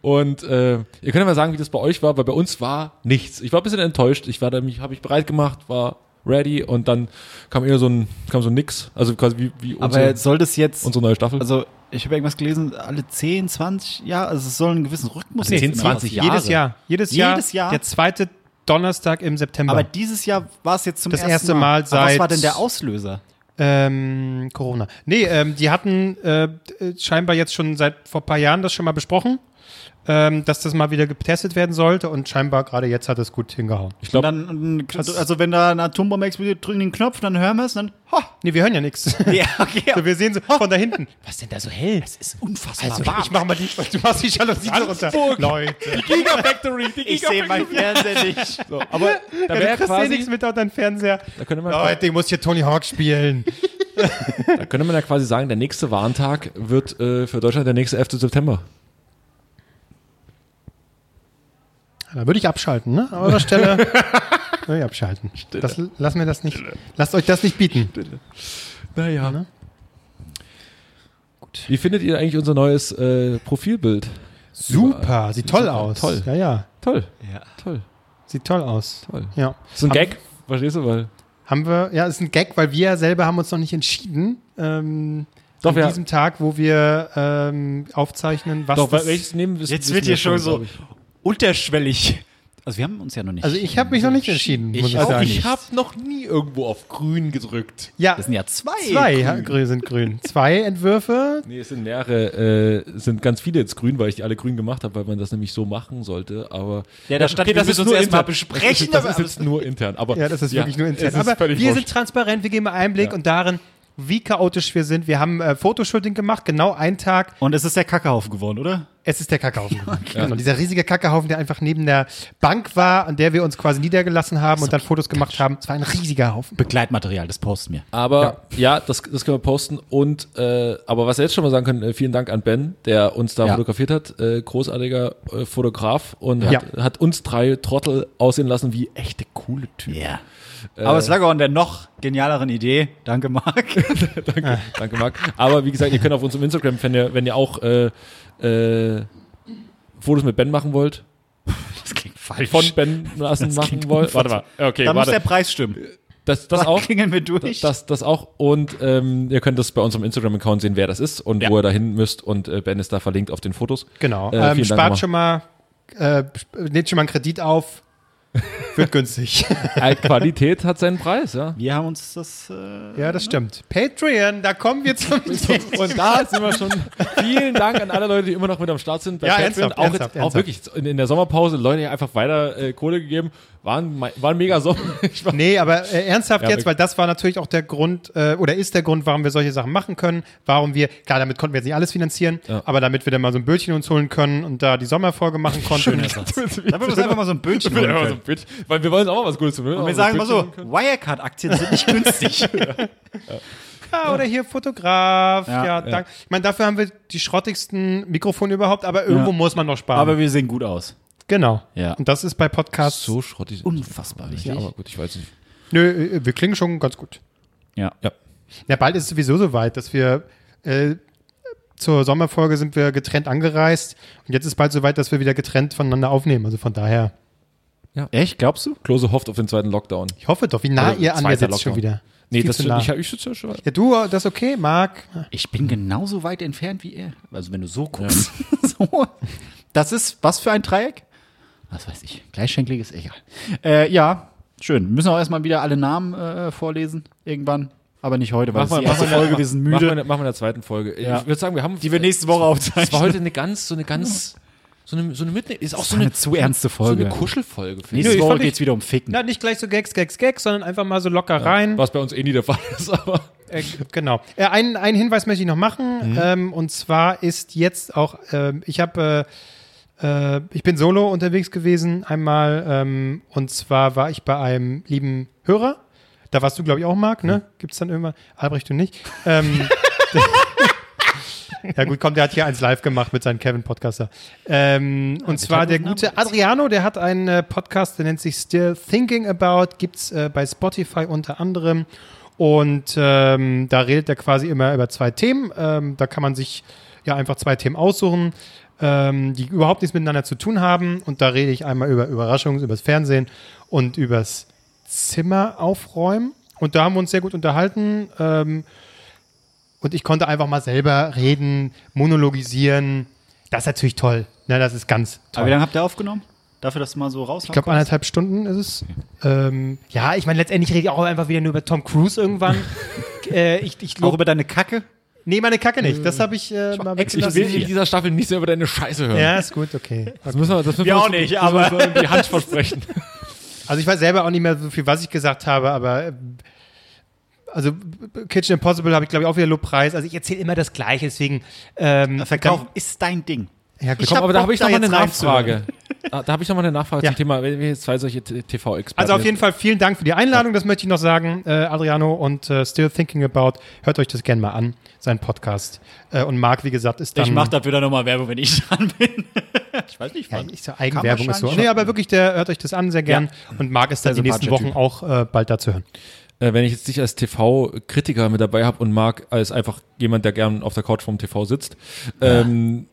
Speaker 2: Und äh, ihr könnt ja mal sagen, wie das bei euch war, weil bei uns war nichts. Ich war ein bisschen enttäuscht. Ich war da, mich, habe ich bereit gemacht, war ready und dann kam eher so ein, kam so nix. Also quasi wie, wie
Speaker 3: Aber
Speaker 2: unsere,
Speaker 3: soll das jetzt,
Speaker 2: unsere neue Staffel.
Speaker 3: also ich habe irgendwas gelesen, alle 10, 20 Jahre, also es soll einen gewissen Rhythmus
Speaker 2: Also 10,
Speaker 3: jetzt
Speaker 2: 20
Speaker 3: immer-
Speaker 2: Jahre.
Speaker 1: Jedes Jahr. Jedes Jahr.
Speaker 3: Jedes Jahr?
Speaker 1: Der zweite Donnerstag im September.
Speaker 3: Aber dieses Jahr war es jetzt zum
Speaker 1: Das
Speaker 3: ersten
Speaker 1: erste Mal
Speaker 3: Mal Aber Was
Speaker 1: seit-
Speaker 3: war denn der Auslöser?
Speaker 1: Ähm, Corona. Nee, ähm, die hatten äh, äh, scheinbar jetzt schon seit vor ein paar Jahren das schon mal besprochen. ähm, dass das mal wieder getestet werden sollte und scheinbar gerade jetzt hat es gut hingehauen.
Speaker 2: Ich glaube,
Speaker 3: Dann, also, also wenn da eine Atombombe explodiert, drücken den Knopf, dann hören wir es, dann. Ha!
Speaker 1: Nee, wir hören ja nichts.
Speaker 3: Ja, okay.
Speaker 1: So, wir sehen so von da hinten.
Speaker 3: Was denn da so hell? Das ist unfassbar
Speaker 1: Also,
Speaker 3: warm.
Speaker 1: ich mach mal die, du machst die Jalousie runter. Leute.
Speaker 2: Gigafactory, die
Speaker 3: Ich sehe meinen Fernseher nicht.
Speaker 2: So, aber da
Speaker 1: Ja,
Speaker 2: wäre
Speaker 1: du kriegst eh
Speaker 2: quasi,
Speaker 1: nichts mit auf deinen Fernseher.
Speaker 2: da könnte, man,
Speaker 1: Leute, ich muss hier Tony Hawk spielen.
Speaker 2: da könnte man ja quasi sagen, der nächste Warntag wird äh, für Deutschland der nächste 11. September.
Speaker 1: Da würde ich abschalten, ne? An eurer Stelle würde ich abschalten. Das, lass mir das nicht, lasst euch das nicht bieten.
Speaker 2: Naja.
Speaker 3: Ne?
Speaker 2: Wie findet ihr eigentlich unser neues äh, Profilbild?
Speaker 1: Super, sieht toll
Speaker 2: Super,
Speaker 1: aus.
Speaker 2: toll.
Speaker 1: Ja, ja,
Speaker 2: Toll,
Speaker 3: Ja.
Speaker 2: toll.
Speaker 1: sieht toll aus.
Speaker 2: Toll.
Speaker 1: Ja.
Speaker 2: Ist ein
Speaker 1: Haben-
Speaker 2: Gag, verstehst du? Weil
Speaker 1: Haben wir, ja, ist ein Gag, weil wir selber haben uns noch nicht entschieden. Ähm,
Speaker 2: Doch,
Speaker 1: an
Speaker 2: wir-
Speaker 1: diesem Tag, wo wir ähm, aufzeichnen, was
Speaker 2: Doch,
Speaker 1: das,
Speaker 2: weil welches nehmen wir?
Speaker 3: Jetzt
Speaker 2: wissen
Speaker 3: wird
Speaker 2: wir
Speaker 3: hier schon so
Speaker 2: glaub ich.
Speaker 3: unterschwellig. Also wir haben uns ja noch nicht.
Speaker 1: Also ich habe mich noch nicht entschieden, muss ich,
Speaker 3: auch
Speaker 1: sagen.
Speaker 3: nicht.
Speaker 2: Ich habe noch nie irgendwo auf grün gedrückt.
Speaker 1: Ja,
Speaker 3: das sind ja zwei.
Speaker 1: zwei
Speaker 3: Grün.
Speaker 1: ja, grün sind grün. Zwei Entwürfe.
Speaker 2: Nee, es sind mehrere, äh, es sind ganz viele jetzt grün, weil ich die alle grün gemacht habe, weil man das nämlich so machen sollte, aber...
Speaker 3: Ja, das stand- wir müssen uns
Speaker 2: nur
Speaker 3: erst mal
Speaker 2: intern.
Speaker 3: besprechen,
Speaker 2: Das
Speaker 3: aber-
Speaker 2: ist, das ist jetzt nur intern, aber...
Speaker 1: Ja, das ist wirklich nur
Speaker 2: es
Speaker 1: intern.
Speaker 2: ist
Speaker 1: Aber wir
Speaker 2: völlig
Speaker 1: sind
Speaker 2: wurscht.
Speaker 1: transparent, wir geben Einblick
Speaker 2: Ja.
Speaker 1: und darin, wie chaotisch wir sind. Wir haben äh, Fotoshooting gemacht, genau einen Tag.
Speaker 3: Und es ist der Kackehaufen geworden, oder?
Speaker 1: Es ist der Kackehaufen. Genau, dieser riesige Kackehaufen, der einfach neben der Bank war, an der wir uns quasi niedergelassen haben und dann Fotos gemacht haben. Es war ein riesiger Haufen.
Speaker 3: Begleitmaterial, das posten wir.
Speaker 2: Aber ja, das, das können wir posten. Und äh, aber was wir jetzt schon mal sagen können, äh, vielen Dank an Ben, der uns da
Speaker 3: Ja.
Speaker 2: fotografiert hat. Äh, großartiger äh, Fotograf und hat,
Speaker 1: Ja.
Speaker 2: hat uns drei Trottel aussehen lassen wie echte coole Typen.
Speaker 3: Ja.
Speaker 2: Äh.
Speaker 3: Aber es lag auch an der noch genialeren Idee. Danke, Marc.
Speaker 2: Danke, Marc. Aber wie gesagt, ihr könnt auf unserem Instagram, wenn ihr, wenn ihr auch äh, äh, Fotos mit Ben machen wollt,
Speaker 3: Das klingt falsch.
Speaker 2: von Ben lassen machen wollt. Warte mal, okay,
Speaker 3: da muss der
Speaker 2: warte.
Speaker 3: Preis stimmen.
Speaker 2: Das, das
Speaker 3: Da
Speaker 2: auch.
Speaker 3: klingeln wir durch.
Speaker 2: Das, das auch. Und ähm, ihr könnt das bei unserem Instagram-Account sehen, wer das ist und wo ihr da hin müsst. Und äh, Ben ist da verlinkt auf den Fotos.
Speaker 1: Genau.
Speaker 2: Äh,
Speaker 1: ähm,
Speaker 2: vielen Dank nochmal.
Speaker 1: spart schon mal, äh, sp- nehmt schon mal einen Kredit auf. Wird günstig.
Speaker 2: Äh, Qualität hat seinen Preis, ja.
Speaker 3: wir haben uns das. Äh,
Speaker 1: ja, das stimmt. Patreon, da kommen wir zum
Speaker 2: Und da sind wir schon. Vielen Dank an alle Leute, die immer noch mit am Start sind. Bei
Speaker 1: Ja,
Speaker 2: Patreon.
Speaker 1: ernsthaft,
Speaker 2: auch,
Speaker 1: ernsthaft,
Speaker 2: jetzt, auch wirklich in, in der Sommerpause Leute die einfach weiter äh, Kohle gegeben. Waren, mei- waren mega Sommer. Ich war-
Speaker 1: Nee, aber äh, ernsthaft
Speaker 2: Ja,
Speaker 1: jetzt,
Speaker 2: wir-
Speaker 1: weil das war natürlich auch der Grund äh, oder ist der Grund, warum wir solche Sachen machen können, warum wir, klar, damit konnten wir jetzt nicht alles finanzieren, aber damit wir dann mal so ein Bötchen uns holen können und da die Sommerfolge machen konnten.
Speaker 3: da wir uns einfach mal so ein Bötchen holen
Speaker 2: Einfach so,
Speaker 3: können.
Speaker 2: Bitch, Weil wir wollen auch mal was Gutes tun. ne? Also
Speaker 3: Und wir sagen mal so: Wirecard-Aktien sind nicht günstig.
Speaker 1: Ah, oder hier Fotograf, ja,
Speaker 3: Ja,
Speaker 1: dank. Ich meine, dafür haben wir die schrottigsten Mikrofone überhaupt, aber irgendwo muss man noch sparen.
Speaker 3: Aber wir sehen gut aus.
Speaker 1: genau.
Speaker 3: Ja.
Speaker 1: Und das ist bei Podcasts
Speaker 2: So schrottig.
Speaker 3: Unfassbar
Speaker 2: Ja, aber gut, ich weiß nicht.
Speaker 1: Nö, äh, wir klingen schon ganz gut.
Speaker 3: Ja.
Speaker 2: Ja.
Speaker 1: Ja, bald ist es sowieso soweit, dass wir äh, zur Sommerfolge sind wir getrennt angereist und jetzt ist bald soweit, dass wir wieder getrennt voneinander aufnehmen. Also von daher,
Speaker 3: Echt, glaubst du?
Speaker 2: Klose hofft auf den zweiten Lockdown.
Speaker 1: ich hoffe doch, wie nah
Speaker 2: Also,
Speaker 1: ihr an mir
Speaker 2: zweiter
Speaker 1: sitzt schon
Speaker 2: Lockdown.
Speaker 1: wieder.
Speaker 2: Nee,
Speaker 1: Viel
Speaker 2: das Hm.
Speaker 1: zu
Speaker 2: ich,
Speaker 1: nah.
Speaker 2: ich sitze ja schon.
Speaker 1: Ja, du, äh, das ist okay, Marc.
Speaker 3: Ich bin genauso weit entfernt wie er. Also wenn du so guckst. so. Das ist was für ein Dreieck? Was weiß ich. Gleichschenklig ist egal. Äh, ja, schön. Wir müssen auch erstmal wieder alle Namen äh, vorlesen. Irgendwann. Aber nicht heute, weil es die erste Folge, wir sind
Speaker 2: Machen wir,
Speaker 3: müde.
Speaker 2: in- machen wir in der zweiten Folge.
Speaker 3: Ja.
Speaker 2: Ich würde sagen, wir haben.
Speaker 3: Die wir nächste Woche aufzeichnen.
Speaker 2: Es war heute eine ganz, so eine ganz. So eine, so eine Mitnehmen. Ist auch
Speaker 3: Das
Speaker 2: so
Speaker 3: war
Speaker 2: eine,
Speaker 3: eine zu ernste Folge.
Speaker 2: So eine Kuschelfolge. finde ich.
Speaker 3: Nächste
Speaker 1: Nö, ich
Speaker 3: Woche
Speaker 1: fand
Speaker 3: geht's wieder um Ficken.
Speaker 1: Na, nicht gleich so Gags, Gags, Gags, sondern einfach mal so locker rein.
Speaker 2: Was bei uns eh nie der Fall ist, aber.
Speaker 1: Äh, genau. Äh, einen, einen Hinweis möchte ich noch
Speaker 2: Mhm.
Speaker 1: machen. Ähm, und zwar ist jetzt auch, ähm, ich habe, äh, äh, ich bin solo unterwegs gewesen einmal. Ähm, und zwar war ich bei einem lieben Hörer. Da warst du, glaube ich, auch, Marc,
Speaker 2: Mhm.
Speaker 1: ne? Gibt's dann irgendwann? Albrecht, du nicht. Ähm, ja gut, komm, der hat hier eins live gemacht mit seinem Kevin-Podcaster. Ähm, und zwar der gute Adriano, der hat einen äh, Podcast, der nennt sich Still Thinking About, gibt's äh, bei Spotify unter anderem. Und ähm, da redet er quasi immer über zwei Themen. Ähm, da kann man sich ja einfach zwei Themen aussuchen, ähm, die überhaupt nichts miteinander zu tun haben. Und da rede ich einmal über Überraschungen, übers Fernsehen und übers Zimmer aufräumen. Und da haben wir uns sehr gut unterhalten. Ähm, und ich konnte einfach mal selber reden, monologisieren. Das ist natürlich toll. Ne, das ist ganz
Speaker 3: Aber wie
Speaker 1: toll.
Speaker 3: lange habt ihr aufgenommen? Dafür, dass du mal so raus
Speaker 1: Ich glaube, anderthalb Stunden ist es. Ähm, ja, ich meine, letztendlich rede ich auch einfach wieder nur über Tom Cruise irgendwann. äh, ich ich
Speaker 3: Auch
Speaker 1: lobe
Speaker 3: über deine Kacke?
Speaker 1: Nee, meine Kacke nicht. Das habe ich äh, mal
Speaker 2: Ich will in dieser Staffel nicht mehr über deine Scheiße hören. oh,
Speaker 1: Ja, ist gut, okay.
Speaker 2: Das müssen wir, das müssen
Speaker 3: Wir auch
Speaker 2: uns-
Speaker 3: nicht,
Speaker 2: das
Speaker 3: aber-
Speaker 2: müssen wir irgendwie Hand versprechen.
Speaker 1: Also ich weiß selber auch nicht mehr so viel, was ich gesagt habe, aber äh, also b- Kitchen Impossible habe ich, glaube ich, auch wieder Lobpreis. Also ich erzähle immer das Gleiche, deswegen ähm,
Speaker 3: Verkaufen ist dein Ding.
Speaker 1: dann- Ja, gut.
Speaker 2: Komm,
Speaker 3: hab
Speaker 2: aber da
Speaker 3: Bock,
Speaker 2: habe ich
Speaker 3: da
Speaker 2: noch mal eine
Speaker 3: jetzt
Speaker 2: Nachfrage. Da, da habe ich noch mal eine Nachfrage
Speaker 1: Ja.
Speaker 2: zum Thema, wenn wir jetzt zwei solche T- TV-Experten.
Speaker 1: also auf jeden Fall vielen Dank für die Einladung, das möchte ich noch sagen, äh, Adriano und äh, Still Thinking About. Hört euch das gerne mal an, sein Podcast. Äh, und Marc, wie gesagt, ist dann...
Speaker 3: Ich mache dafür dann nochmal Werbung, wenn ich dran bin. ich weiß nicht,
Speaker 1: Ja,
Speaker 3: wann.
Speaker 1: ich so Eigenwerbung ist so.
Speaker 3: wahrscheinlich
Speaker 1: Nee, aber wirklich, der hört euch das an, sehr gern. Und Also Marc ist dann die nächsten Wochen
Speaker 3: sympathischer
Speaker 1: auch äh, bald da zu hören.
Speaker 2: Äh, wenn ich jetzt dich als TV-Kritiker mit dabei habe und Marc als einfach jemand, der gern auf der Couch vom TV sitzt, ähm,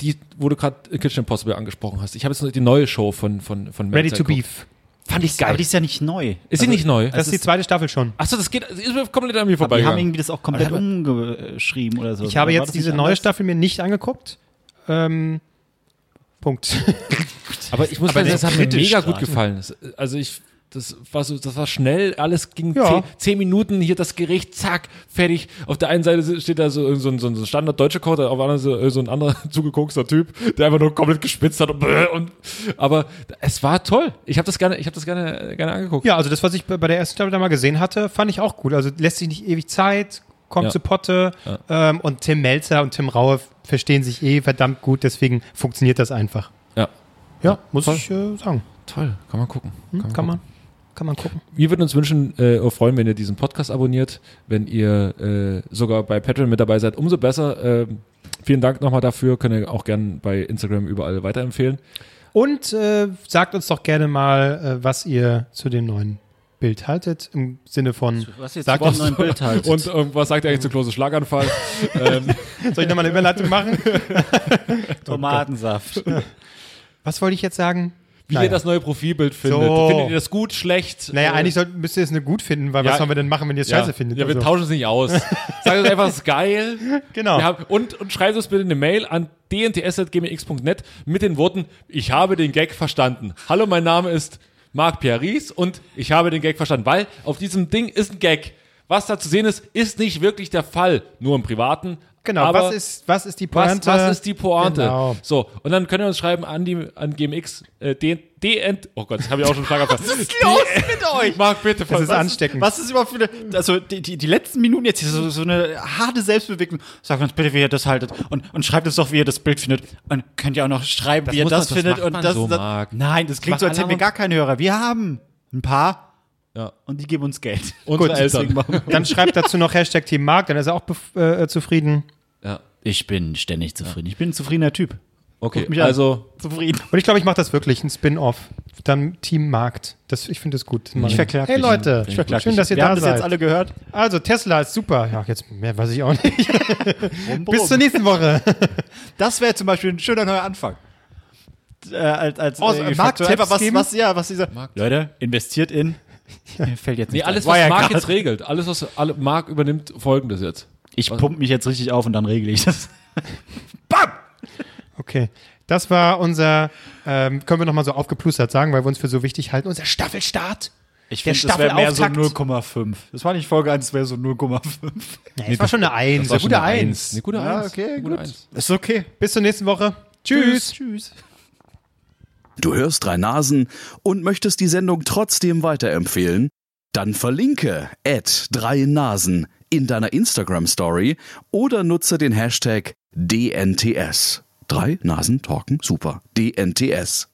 Speaker 2: die, wo du gerade Kitchen Impossible angesprochen hast. Ich habe jetzt noch die neue Show von von von
Speaker 1: Ready
Speaker 2: Melzer
Speaker 1: to
Speaker 2: geguckt.
Speaker 1: Beef. Also äh,
Speaker 3: Fand ich geil. Aber die ist ja nicht neu. Also
Speaker 2: Ist sie nicht neu?
Speaker 1: Das ist die zweite Staffel schon.
Speaker 2: Achso, das geht das ist mir komplett an
Speaker 3: Die
Speaker 2: mir
Speaker 3: haben
Speaker 2: vorbeigegangen.
Speaker 3: irgendwie das auch komplett umgeschrieben oder so.
Speaker 1: Ich habe
Speaker 3: Oder Also war
Speaker 1: jetzt
Speaker 3: das nicht
Speaker 1: diese neue
Speaker 3: anders?
Speaker 1: Staffel mir nicht angeguckt. Ähm, Punkt.
Speaker 2: Aber ich muss sagen,
Speaker 1: der
Speaker 2: das hat mir
Speaker 3: kritisch
Speaker 2: mega gut
Speaker 3: gerade.
Speaker 2: gefallen. Also ich das war so, das war schnell, alles ging
Speaker 1: Ja.
Speaker 2: zehn, zehn Minuten, hier das Gericht, zack, fertig. Auf der einen Seite steht da so, so, ein- so ein standard deutscher Koch, auf der anderen Seite äh, so ein anderer zugekokster Typ, der einfach nur komplett gespitzt hat und, bläh und aber es war toll. Ich habe das gerne, ich habe das gerne, äh, gerne angeguckt.
Speaker 1: ja, also das, was ich bei bei der ersten Staffel da mal gesehen hatte, fand ich auch gut. Also lässt sich nicht ewig Zeit, kommt
Speaker 2: Ja.
Speaker 1: zu Potte. Ähm, und Tim Melzer und Tim Raue verstehen sich eh verdammt gut, deswegen funktioniert das einfach.
Speaker 2: Ja.
Speaker 1: Ja, muss
Speaker 2: Voll.
Speaker 1: ich äh, sagen.
Speaker 2: Toll, kann man gucken.
Speaker 1: Hm? Kann man, kann man gucken.
Speaker 2: Wir würden uns wünschen, äh, oder freuen, wenn ihr diesen Podcast abonniert, wenn ihr äh, sogar bei Patreon mit dabei seid, umso besser. Ähm, vielen Dank nochmal dafür. Könnt ihr auch gern bei Instagram überall weiterempfehlen.
Speaker 1: Und äh, sagt uns doch gerne mal, äh, was ihr zu dem neuen Bild haltet. Im Sinne von,
Speaker 3: Was jetzt
Speaker 1: Sagt
Speaker 3: Sagt
Speaker 1: uns-
Speaker 3: ein Bild halt.
Speaker 2: Und ähm, was sagt ihr eigentlich zu Klose Schlaganfall? Ähm,
Speaker 1: soll ich nochmal eine Überleitung machen?
Speaker 3: Tomatensaft.
Speaker 1: Was wollte ich jetzt sagen?
Speaker 2: Wie
Speaker 1: Naja.
Speaker 2: ihr das neue Profilbild findet.
Speaker 1: So.
Speaker 2: Findet ihr das gut, schlecht?
Speaker 1: Naja,
Speaker 2: Äh,
Speaker 1: eigentlich sollt, müsst ihr es eine gut finden, weil
Speaker 2: Ja.
Speaker 1: was sollen wir denn machen, wenn ihr es
Speaker 2: ja.
Speaker 1: scheiße findet?
Speaker 2: Ja, wir
Speaker 1: Also,
Speaker 2: tauschen es nicht aus. Sagt uns einfach, es ist geil.
Speaker 1: Genau.
Speaker 2: Wir haben, und, und schreibt uns bitte eine Mail an dnts.gmx.net mit den Worten, ich habe den Gag verstanden. Hallo, mein Name ist Marc Pierre Ries und ich habe den Gag verstanden, weil auf diesem Ding ist ein Gag. Was da zu sehen ist, ist nicht wirklich der Fall. Nur im Privaten.
Speaker 1: Genau,
Speaker 2: aber
Speaker 1: was ist, was ist die
Speaker 2: was,
Speaker 1: Pointe?
Speaker 2: was ist die Pointe?
Speaker 1: Genau.
Speaker 2: So, und dann könnt ihr uns schreiben an, die, an GMX, äh, DN, DN, oh Gott, das habe ich auch schon Frage Was ist los mit euch? Marc, bitte,
Speaker 1: Das ist
Speaker 2: was-
Speaker 1: ansteckend.
Speaker 3: Was ist überhaupt für eine, also die, die, die letzten Minuten jetzt hier so, so eine harte Selbstbewegung. Sagt uns bitte, wie ihr das haltet und, und schreibt uns doch, wie ihr das Bild findet und könnt ihr auch noch schreiben, wie ihr
Speaker 2: muss
Speaker 3: das
Speaker 2: man- das
Speaker 3: findet
Speaker 2: macht
Speaker 3: und
Speaker 2: man
Speaker 3: das,
Speaker 2: so,
Speaker 3: das
Speaker 2: Marc.
Speaker 3: Nein, das klingt so, als hätten wir
Speaker 2: macht
Speaker 3: gar keine Hörer. Wir haben ein paar
Speaker 2: Ja.
Speaker 3: und die geben uns Geld.
Speaker 2: Unsere
Speaker 3: deswegen
Speaker 2: Eltern.
Speaker 3: machen wir-
Speaker 1: Dann schreibt dazu noch Hashtag Team Mark, dann ist er auch bef- äh, zufrieden.
Speaker 2: Ja.
Speaker 3: Ich bin ständig zufrieden. Ich bin ein zufriedener Typ.
Speaker 2: Okay,
Speaker 3: Guck mich an.
Speaker 2: also
Speaker 3: Zufrieden.
Speaker 1: Und ich glaube, ich mache das wirklich, ein Spin-off. Dann Team Markt. Das, ich finde das gut. Ich
Speaker 3: verklag
Speaker 1: Hey
Speaker 3: dich.
Speaker 1: Leute,
Speaker 3: Ich verklag
Speaker 1: schön,
Speaker 3: dich.
Speaker 1: dass ihr
Speaker 3: wir
Speaker 1: da
Speaker 3: haben das
Speaker 1: seid.
Speaker 3: jetzt alle gehört.
Speaker 1: also Tesla ist super. Ja, jetzt mehr weiß ich auch nicht. Bis zur
Speaker 3: nächsten.
Speaker 1: nächsten Woche.
Speaker 3: Das wäre zum Beispiel ein schöner neuer Anfang. Äh, als als
Speaker 1: Oh, so,
Speaker 3: äh,
Speaker 1: Markttipps
Speaker 3: Faktor, einfach was,
Speaker 1: geben?
Speaker 3: was, ja, was dieser. Leute, investiert in. Mir fällt jetzt
Speaker 2: Nee,
Speaker 3: nicht
Speaker 2: alles,
Speaker 3: ein.
Speaker 2: was Marc
Speaker 3: Wirecard.
Speaker 2: jetzt regelt, alles, was alle, Marc übernimmt, folgendes jetzt.
Speaker 3: Ich pump mich jetzt richtig auf und dann regle ich das. Bam!
Speaker 1: Okay, das war unser, ähm, können wir nochmal so aufgeplustert sagen, weil wir uns für so wichtig halten, unser Staffelstart.
Speaker 3: Ich
Speaker 1: Der
Speaker 3: finde, das wäre mehr so
Speaker 1: Staffelauftakt.
Speaker 3: 0,5. Das war nicht Folge 1, das wäre so 0,5.
Speaker 1: Nee, das war schon eine Eins, eine gute Eins.
Speaker 2: Eine gute
Speaker 3: Ja,
Speaker 2: Eins.
Speaker 3: okay,
Speaker 2: Eine gute
Speaker 3: gut.
Speaker 2: Eins.
Speaker 3: Ist okay.
Speaker 1: Bis zur nächsten Woche. Tschüss.
Speaker 3: Tschüss.
Speaker 6: Du hörst drei Nasen und möchtest die Sendung trotzdem weiterempfehlen? Dann verlinke drei Nasen in deiner Instagram Story oder nutze den Hashtag DNTS. Drei Nasen talken super. DNTS.